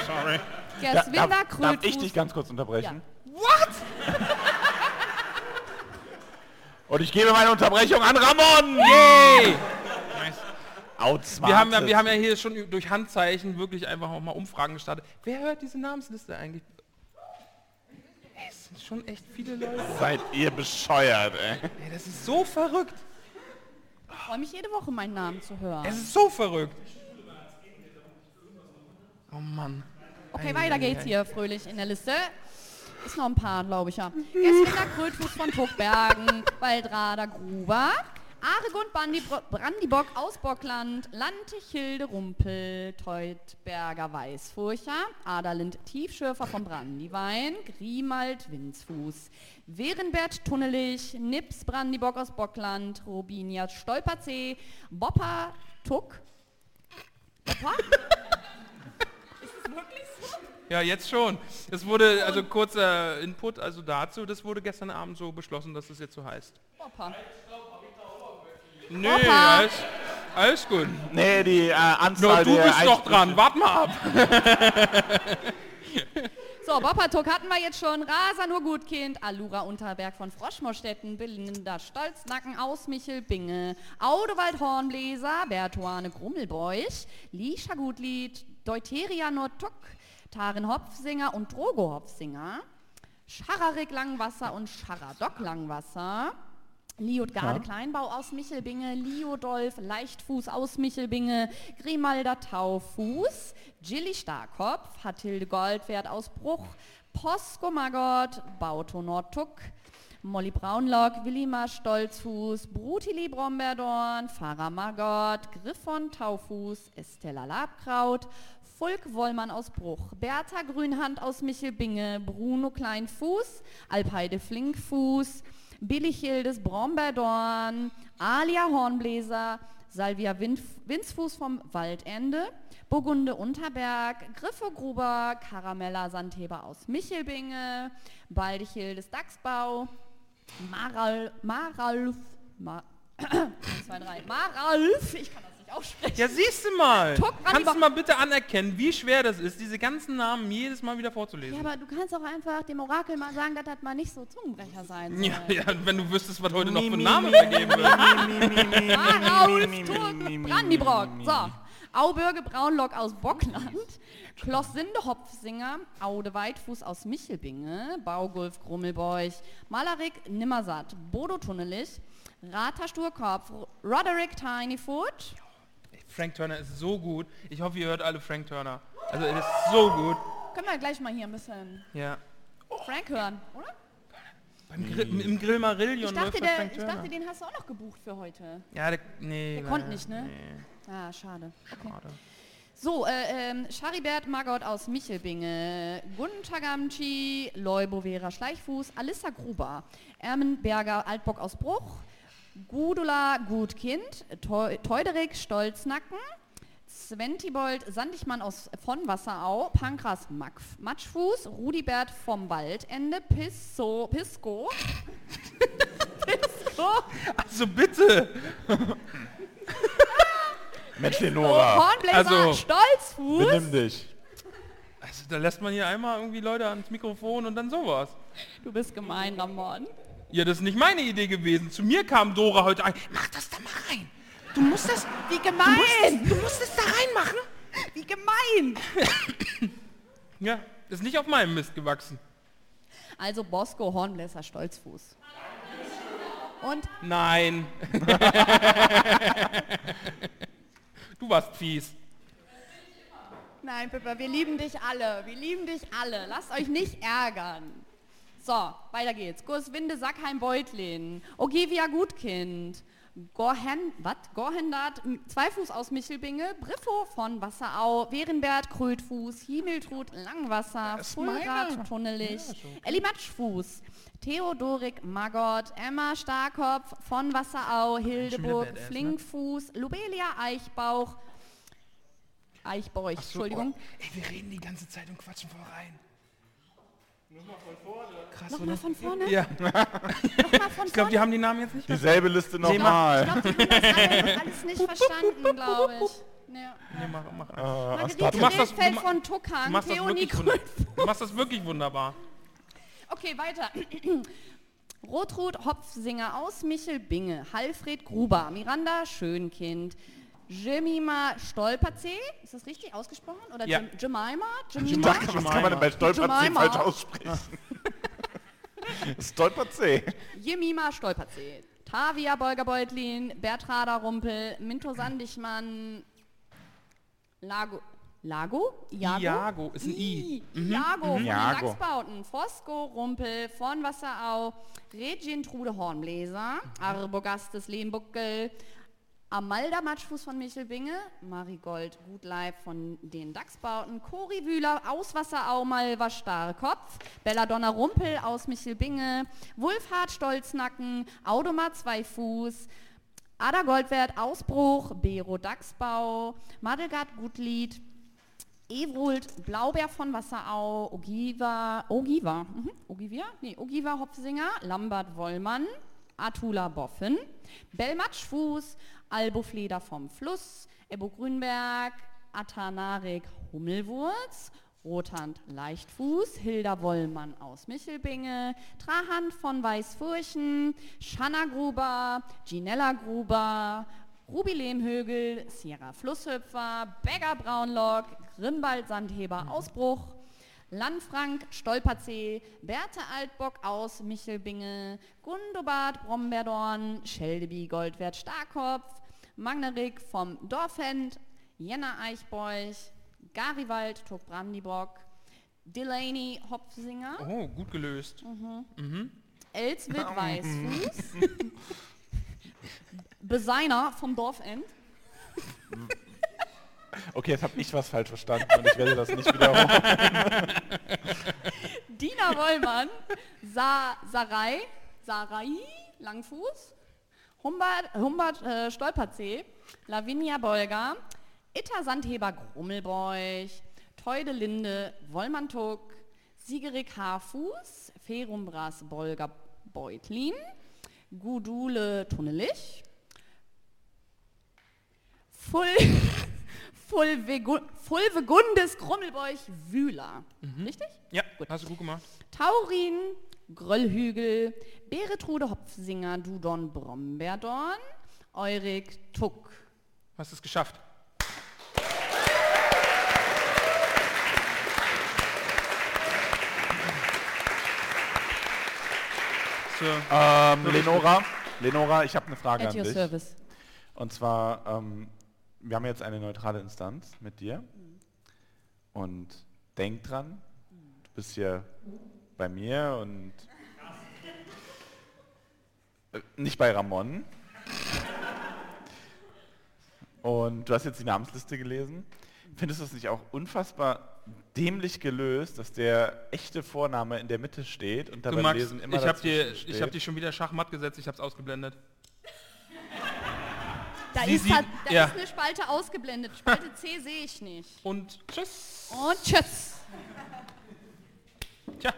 K: Sorry.
E: Gerswinder
K: darf, darf ich
E: Krötfuß-
K: dich ganz kurz unterbrechen?
E: Ja.
K: Und ich gebe meine Unterbrechung an Ramon!
B: Yay!
K: Outsmarted.
B: Wir haben, ja, wir haben ja hier schon durch Handzeichen wirklich einfach auch mal Umfragen gestartet. Wer hört diese Namensliste eigentlich? Ey, Es sind schon echt viele Leute.
K: Seid ihr bescheuert, ey.
B: Ey, das ist so verrückt.
E: Ich freue mich jede Woche, meinen Namen zu
B: Es
E: hören.
B: ist so verrückt. Oh Mann.
E: Okay,
B: Ei,
E: weiter
B: ei,
E: geht's
B: ei.
E: hier fröhlich in der Liste. Ist noch ein paar, glaube ich, ja. Gerswinder Krötfuß von Tuckbergen, Waldrader Gruber, Aregund Bandibro- Brandibock aus Bockland, Lantichilde Rumpel, Teutberger Weißfurcher, Adalind Tiefschürfer von Brandiwein, Grimald Winzfuß, Werenbert Tunnelich, Nips Brandibock aus Bockland, Robinia Stolperzee, Bopper Tuck. Bopper? Ist es wirklich so?
B: Ja, jetzt schon. Es wurde, also kurzer Input also dazu, das wurde gestern Abend so beschlossen, dass es jetzt so heißt.
E: Bopper.
B: Nee,
E: Opa.
B: alles, alles gut.
K: Nee, die äh,
B: No,
K: Anzahl
B: du
K: der
B: bist noch
K: Einst-
B: dran, warte mal ab.
E: So, Boppertuck hatten wir jetzt schon. Rasa nur Gutkind, Alura Unterberg von Froschmorstetten, Belinda Stolznacken aus Michelbinge, Audewald Hornbläser, Bertuane Grummelbeuch, Lisha Gutlied, Deuteria Nordtuck, Tarin Hopfsinger und Drogo Hopfsinger, Scharrarik Langwasser und Scharradock Langwasser. Liotgarde Kleinbau aus Michelbinge, Liodolf Leichtfuß aus Michelbinge, Grimalda Taufuß, Gilly Starkopf, Hatilde Goldwert aus Bruch, Posko Magott, Bauto Nordtuck, Molly Braunlock, Willima Stolzfuß, Brutili Bromberdorn, Farah Magott, Griffon Taufuß, Estella Labkraut, Volk Wollmann aus Bruch, Bertha Grünhand aus Michelbinge, Bruno Kleinfuß, Alpheide Flinkfuß, Billichildes Bromberdorn, Alia Hornbläser, Salvia Winf Winzfuß vom Waldende, Burgunde Unterberg, Griffe Gruber, Karamella Sandheber aus Michelbinge, Baldichildes Dachsbau, Maral, Maralf, Ma, 1, 2, 3, Maralf, ich kann das nicht aussprechen.
B: Ja, siehst du mal.
E: Tuck, warte
B: Kannst
E: mal.
B: du mal bitte anerkennen, wie schwer das ist, diese ganzen Namen jedes Mal wieder
E: Ja,
B: vorzulesen.
E: aber du kannst auch einfach dem Orakel mal sagen, dass das mal nicht so Zungenbrecher sein soll.
B: Ja, ja, wenn du wüsstest, was heute noch für
K: Mi, mi,
B: Namen
K: mi,
B: vergeben wird.
E: Maraus, Turk, Brandibrock. So. Auberge Braunlock aus Bockland, Klossinde Hopfsinger, Aude Weitfuß aus Michelbinge, Baugulf Grummelbeuch, Malarik Nimmersatt, Bodo Tunnelich, Rata Sturkopf, Roderick Tinyfoot,
B: Frank Turner ist so gut. Ich hoffe, ihr hört alle Frank Turner. Also, er ist so gut.
E: Können wir gleich mal hier ein bisschen
B: Ja.
E: Frank hören, oder?
B: Beim Grill- Im Grillmarillion
E: Ich dachte,
B: läuft halt
E: der,
B: Frank
E: ich
B: Turner.
E: dachte, den hast du auch noch gebucht für heute.
B: ja, der, nee,
E: Der
B: leider,
E: konnte nicht, ne?
B: Nee.
E: Ah, schade. Okay.
B: Schade.
E: So, äh, ähm, Charibert Margot aus Michelbinge, Gun Tagamci, Leubo Vera Schleichfuß, Alissa Gruber, Ermenberger Altbock aus Bruch, Gudula Gutkind, Teu- Teuderik Stolznacken, Sventibold Sandigmann aus von Wasserau, Pankras Mack- Matschfuß, Rudibert vom Waldende, Pisso, Pisco, Pisco,
B: Also bitte!
K: Mensch,
E: Oh,
K: Lenora.
E: Hornbläser,
B: Also-
K: Benimm
E: Stolzfuß.
K: dich.
B: Also, da lässt man hier einmal irgendwie Leute ans Mikrofon und dann sowas.
E: Du bist gemein, Ramon.
B: Ja, das ist nicht meine Idee gewesen. Zu mir kam Dora heute ein. Mach das da mal rein. Du musst das,
E: Wie gemein!
B: du musst es da reinmachen.
E: Wie gemein!
B: Ja, ist nicht auf meinem Mist gewachsen.
E: Also Bosco Hornbläser Stolzfuß. Und
B: Nein. du warst fies.
E: nein, Pippa, wir lieben dich alle. Wir lieben dich alle. Lasst euch nicht ärgern. So, weiter geht's. Gurswinde Sackheim Beutlin. Ogivia Gutkind. Gorhen, wat? Gorhendat, M- Zweifuß aus Michelbinge, Briffo von Wasserau, Wehrenbert, Krötfuß, Himmeltrud, Langwasser, Fulrad, Tunnelig, Elli Matschfuß, Theodorik Magott, Emma Starkopf von Wasserau, Hildeburg,
B: badass, ne?
E: Flinkfuß, Lobelia Eichbauch, Eichbauch, Entschuldigung,
B: Ey, wir reden die ganze Zeit und quatschen voll rein.
E: Nochmal von vorne?
B: Ja.
E: Nochmal von
B: Ich glaube, die
E: vorne?
B: haben die Namen jetzt nicht.
K: Dieselbe Liste
E: Ich
K: nochmal.
E: glaube, die haben das alle- alles nicht verstanden, glaube ich. Ja.
B: Nee, mach, mach.
K: Äh, Astarte.
E: Margarete
B: machst das- Ah, du
E: Rehfeld
B: ma-
E: halt von
B: Du
E: Tuckan,
B: machst, das
E: Theonie
B: wirklich
E: Krüll.
B: wund- du machst das wirklich wunderbar.
E: Okay, weiter. Rotrud Hopfsinger aus Michelbinge, Alfred Gruber, Miranda Schönkind, Jemima Stolperzee, ist das richtig ausgesprochen? Oder
B: Ja.
E: Jem- Jemima?
K: Ich
E: Jemima?
K: dachte, was kann man denn bei Stolpert C
E: Jemima.
K: falsch aussprechen? Stolpert C.
E: Jemima Stolperzee, Tavia Bolgerbeutlin, Bertrada Rumpel, Minto Sandigmann, Lago. Lago? Iago?
B: Iago, ist ein I.
E: Iago von den
K: Iago.
E: Dachsbauten, Fosco Rumpel von Wasserau, Regin Trude Hornbläser, Arbogastes Lehmbuckel, Amalda Matschfuß von Michelbinge, Marigold Gutleib von den Dachsbauten, Cori Wühler aus Wasserau, Malva Starkopf, Belladonna Rumpel aus Michelbinge, Wulfhard Stolznacken, Audoma Zweifuß, Ada Goldwert Ausbruch, Bero Dachsbau, Madelgard Gutlied, Ewold Blaubeer von Wasserau, Ogiva, Ogiva, mhm, Ogivia? Nee, Ogiva Hopfsinger, Lambert Wollmann, Atula Boffen, Bellmatsch Fuß, Albo Fleder vom Fluss, Ebo Grünberg, Atanarik Hummelwurz, Rothand Leichtfuß, Hilda Wollmann aus Michelbinge, Trahan von Weißfurchen, Schanna Gruber, Ginella Gruber, Ruby Lehmhögel, Sierra Flusshüpfer, Begger Braunlock, Grimbald Sandheber Ausbruch, Landfrank Stolperzee, Berthe Altbock aus Michelbinge, Gundobad Bromberdorn, Scheldeby Goldwert Starkopf, Magnerik vom Dorfend, Jenna Eichbeuch, Gariwald Tuck Brandibock, Delaney Hopfsinger,
B: Oh, gut gelöst.
E: Elswild Weißfuß, Beseiner vom Dorfend,
K: Okay, jetzt habe ich was falsch verstanden und ich werde das nicht wiederholen.
E: Dina Wollmann, Sa Sarai, Sarai Langfuß, Humbert, Humbert äh, Stolperzee, Lavinia Bolger, Itta Sandheber Grummelbeuch, Teude Linde Wollmann-Tuck, Siegerik Haarfuß, Ferumbras Bolger Beutlin, Gudule Tunnelich, Full, Fulvegu- Fulvegundes Grummelbeuch Wühler. Richtig?
B: Ja, hast du gut gemacht.
E: Taurin, Gröllhügel, Beretrude Hopfsinger, Dudon Bromberdorn, Eurik Tuck.
B: Hast es geschafft. So,
K: Ähm, Lenora, Lenora, ich habe eine Frage
E: At
K: an
E: your
K: dich.
E: service.
K: Und zwar, ähm, wir haben jetzt eine neutrale Instanz mit dir. Und denk dran, du bist hier bei mir und
C: äh, Nicht bei Ramon. Und du hast jetzt die Namensliste gelesen. Findest du es nicht auch unfassbar dämlich gelöst, dass der echte Vorname in der Mitte steht und
B: Du
C: dabei
B: Max,
C: lesen immer
B: ich habe
C: dazwischen
B: dir,
C: steht?
B: ich hab dir schon wieder Schachmatt gesetzt, ich habe es ausgeblendet.
E: Da,
B: Sie-
E: ist,
B: sie-
E: da, da
B: ja.
E: ist eine Spalte ausgeblendet. Spalte C sehe ich nicht.
B: Und tschüss.
E: Und tschüss.
B: Tja.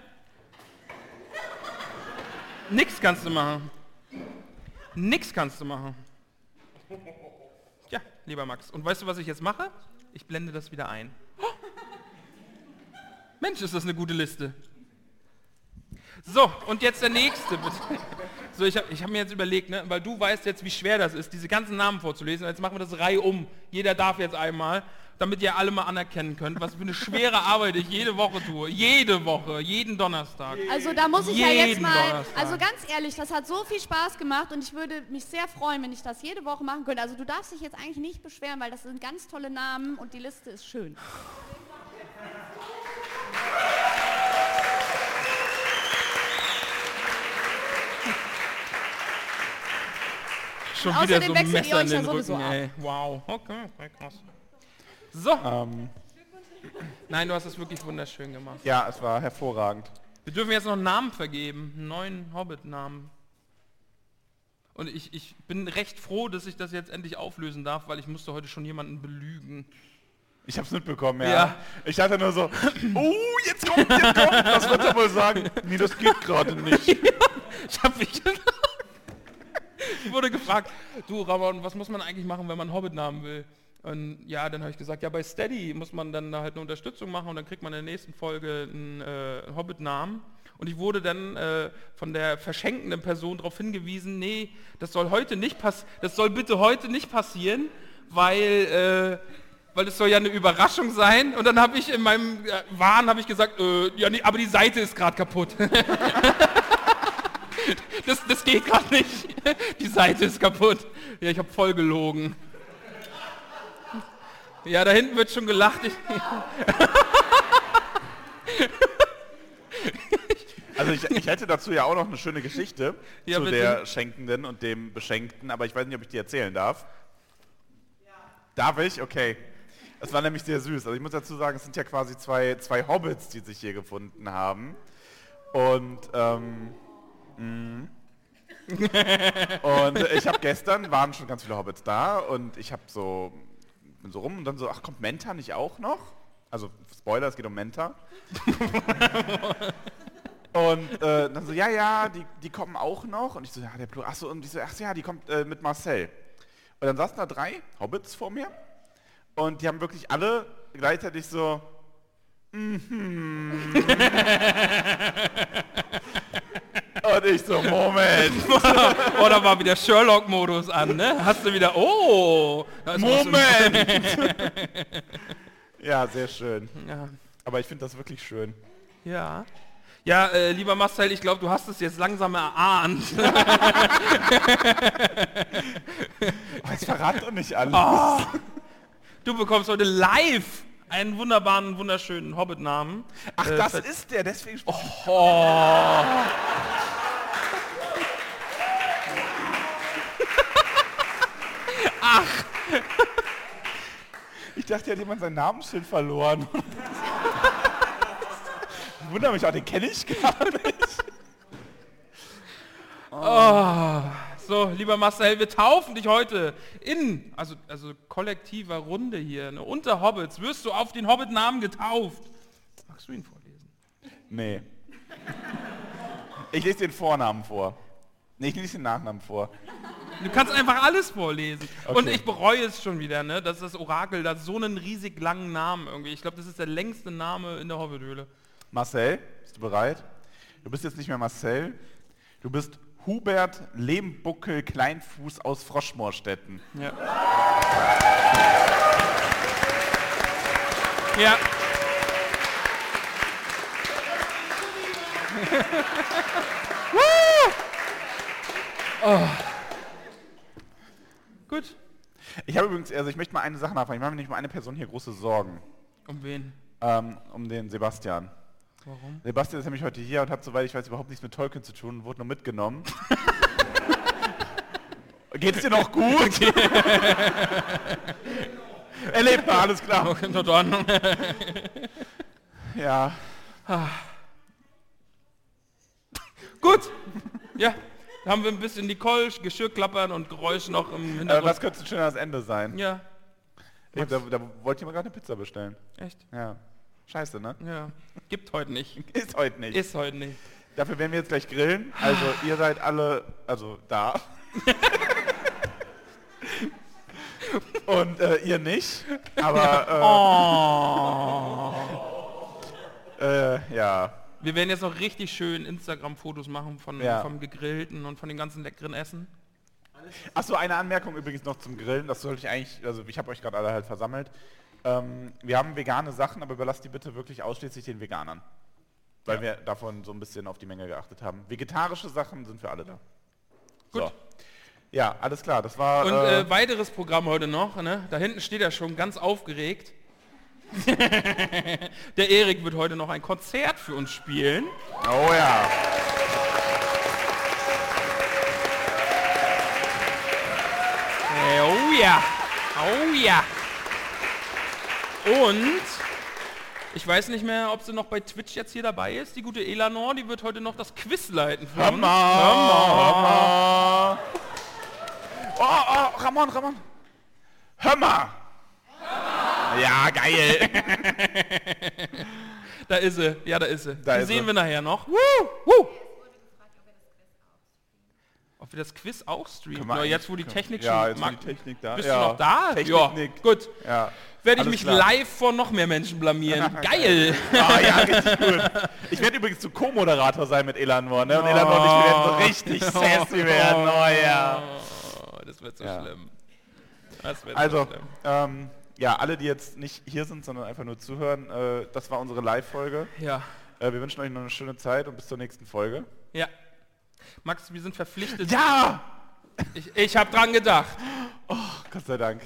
B: Nix kannst du machen. Nix kannst du machen. Ja, lieber Max. Und weißt du, was ich jetzt mache? Ich blende das wieder ein. Oh. Mensch, ist das eine gute Liste. So, und jetzt der nächste, bitte. So, ich habe ich hab mir jetzt überlegt, ne, weil du weißt jetzt, wie schwer das ist, diese ganzen Namen vorzulesen. Jetzt machen wir das Reihe um. Jeder darf jetzt einmal, damit ihr alle mal anerkennen könnt, was für eine schwere Arbeit ich jede Woche tue. Jede Woche, jeden Donnerstag.
E: Also da muss ich ja jetzt
B: Jeden
E: mal,
B: Donnerstag.
E: also ganz ehrlich, das hat so viel Spaß gemacht und ich würde mich sehr freuen, wenn ich das jede Woche machen könnte. Also du darfst dich jetzt eigentlich nicht beschweren, weil das sind ganz tolle Namen und die Liste ist schön.
B: Schon
E: Und
B: wieder
E: außerdem
B: so ein
E: wechselt ihr
B: Messer in
E: euch ja
B: den
E: sowieso
B: Rücken,
E: ab.
B: ey. Wow, okay, okay, krass. So.
E: Ähm.
B: Nein, du hast es wirklich wunderschön gemacht.
C: Ja, es war hervorragend.
B: Wir dürfen jetzt noch einen Namen vergeben, einen neuen Hobbit-Namen. Und ich, ich bin recht froh, dass ich das jetzt endlich auflösen darf, weil ich musste heute schon jemanden belügen.
C: Ich habe es mitbekommen, ja.
B: Ja.
C: Ich dachte nur so, oh, jetzt kommt, jetzt kommt, was wird er wohl sagen? Nee, das geht gerade nicht.
B: Ich habe mich Ich wurde gefragt, du Ramon, was muss man eigentlich machen, wenn man Hobbit-Namen will? Und ja, dann habe ich gesagt, ja, bei Steady muss man dann da halt eine Unterstützung machen und dann kriegt man in der nächsten Folge einen äh, Hobbit-Namen. Und ich wurde dann äh, von der verschenkenden Person darauf hingewiesen, nee, das soll heute nicht passieren, das soll bitte heute nicht passieren, weil, äh, weil es soll ja eine Überraschung sein. Und dann habe ich in meinem äh, Wahn habe ich gesagt, äh, ja, nee, aber die Seite ist gerade kaputt. Das, das geht gerade nicht. Die Seite ist kaputt. Ja, ich habe voll gelogen. Ja, da hinten wird schon gelacht. Ich,
C: Also ich, ich hätte dazu ja auch noch eine schöne Geschichte
B: Ja,
C: zu
B: bitte.
C: der Schenkenden und dem Beschenkten, aber ich weiß nicht, ob ich die erzählen darf. Darf ich? Okay. Das war nämlich sehr süß. Also ich muss dazu sagen, es sind ja quasi zwei, zwei Hobbits, die sich hier gefunden haben. Und ähm, mh. und ich habe gestern, waren schon ganz viele Hobbits da und ich habe so, bin so rum und dann so, ach kommt Menta nicht auch noch? Also Spoiler, es geht um Menta. Und äh, dann so, ja, ja, die, die kommen auch noch. Und ich so, ja, der Blut. Achso, und ich so, ach so, ja, die kommt äh, mit Marcel. Und dann saßen da drei Hobbits vor mir. Und die haben wirklich alle gleichzeitig so, mhm. Und ich so, Moment.
B: oh, da war wieder Sherlock-Modus an, ne? Hast du wieder, oh. da ist was im-
C: Moment! ja, sehr schön.
B: Ja.
C: Aber ich finde das wirklich schön.
B: Ja. Ja, äh, lieber Marcel, ich glaube, du hast es jetzt langsam erahnt.
C: Jetzt verrat doch nicht alles.
B: Oh. Du bekommst heute live einen wunderbaren, wunderschönen Hobbit-Namen.
C: Ach,
B: Äh,
C: das
B: ver-
C: ist der, deswegen...
B: Oh.
C: Ich dachte, hier hat jemand sein Namensschild verloren. ich wundere mich auch, den kenne ich gar nicht.
B: Oh, so, lieber Marcel, wir taufen dich heute in, also, also kollektiver Runde hier, ne, unter Hobbits, wirst du auf den Hobbit-Namen getauft. Magst du ihn vorlesen?
C: Nee. Ich lese den Vornamen vor. Nee, ich lese den Nachnamen vor.
B: Du kannst einfach alles vorlesen.
C: Okay.
B: Und ich bereue es schon wieder, ne, dass das Orakel da so einen riesig langen Namen irgendwie, ich glaube, das ist der längste Name in der Hobbit-Höhle.
C: Marcel, bist du bereit? Du bist jetzt nicht mehr Marcel. Du bist Hubert Lehmbuckel Kleinfuß aus Froschmoorstetten.
B: Ja. ja. Oh. Gut.
C: Ich habe übrigens, also ich möchte mal eine Sache nachfragen. Ich mache mir nicht mal eine Person hier große Sorgen.
B: Um wen?
C: Ähm, um den Sebastian.
B: Warum?
C: Sebastian ist nämlich heute hier und hat, soweit ich weiß, überhaupt nichts mit Tolkien zu tun und wurde nur mitgenommen. Geht's dir noch gut? er lebt noch, alles klar.
B: Okay, na dann.
C: ja.
B: Ah. Gut. Ja. Da haben wir ein bisschen Nicole, Geschirr klappern und Geräusch noch im
C: Äh, was
B: Hintergrund.
C: könnte ein schöneres Ende sein?
B: Also- ja,
C: Ich, da, da wollte jemand gerade eine Pizza bestellen.
B: echt.
C: Ja. Scheiße, ne?
B: Ja. Gibt heute nicht.
C: Ist heute nicht.
B: Ist heute nicht.
C: Dafür werden wir jetzt gleich grillen. Also ihr seid alle, also da. Und äh, ihr nicht. Aber äh, äh, ja.
B: Wir werden jetzt noch richtig schön Instagram-Fotos machen von,
C: Ja.
B: vom Gegrillten und von dem ganzen leckeren Essen.
C: Achso, eine Anmerkung übrigens noch zum Grillen. Das sollte ich eigentlich, also ich habe euch gerade alle halt versammelt. Ähm, wir haben vegane Sachen, aber überlasst die bitte wirklich ausschließlich den Veganern. Weil wir davon so ein bisschen auf die Menge geachtet haben. Vegetarische Sachen sind für alle da.
B: Gut.
C: So. Ja, alles klar. Das war.
B: Und
C: äh,
B: äh, weiteres Programm heute noch, ne? Da hinten steht er schon ganz aufgeregt. Der Erik wird heute noch ein Konzert für uns spielen.
C: oh ja.
B: Äh, oh ja. Oh ja. Und ich weiß nicht mehr, ob sie noch bei Twitch jetzt hier dabei ist. Die gute Elanor, die wird heute noch das Quiz leiten für uns.
C: Hammer. Oh, oh, Ramon, Ramon. Hammer. Ja, geil.
B: Da ist sie. Ja, da ist sie.
C: Da
B: die
C: ist
B: sehen
C: sie.
B: wir nachher noch. Woo! Woo! Ob wir das Quiz auch streamen?
C: Können
B: Ja,
C: wir
B: jetzt,
C: eigentlich-
B: wo die
C: können-
B: Technik
C: ja,
B: schon...
C: jetzt, wo
B: Mag-
C: die Technik da
B: Bist
C: ja.
B: du noch da?
C: Technik.
B: Ja, gut.
C: Ja.
B: Werde ich
C: Alles
B: mich
C: klar.
B: live vor noch mehr Menschen blamieren. Geil!
C: Ah, ja, richtig cool. Ich werde übrigens zu Co-Moderator sein mit Elanor, ne? Und Elanor und ich wir werden so richtig sassy werden. Oh ja.
B: Oh, das wird so
C: Ja.
B: schlimm. Das wird
C: Also,
B: so schlimm.
C: ähm, ja, alle, die jetzt nicht hier sind, sondern einfach nur zuhören, äh, das war unsere Live-Folge.
B: Ja.
C: Äh, wir wünschen euch noch eine schöne Zeit und bis zur nächsten Folge.
B: Ja. Max, wir sind verpflichtet.
C: Ja!
B: Ich, ich habe dran gedacht.
C: Gott sei Dank.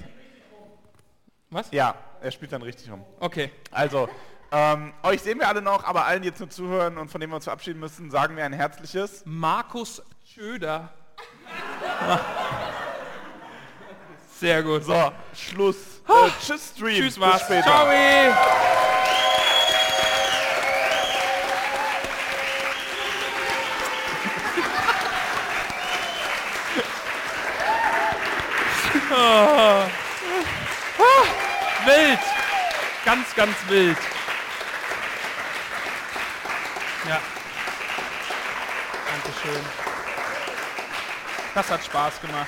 B: Was?
C: Ja, er spielt dann richtig um.
B: Okay.
C: Also, ähm, euch sehen wir alle noch, aber allen, die jetzt nur zuhören und von denen wir uns verabschieden müssen, sagen wir ein herzliches.
B: Markus Schöder. Sehr gut.
C: So, Schluss. Äh, tschüss, Stream.
B: Tschüss,
C: Bis
B: was.
C: später.
B: Ciao. Ah. Wild. Ganz, ganz wild. Ja. Dankeschön. Das hat Spaß gemacht.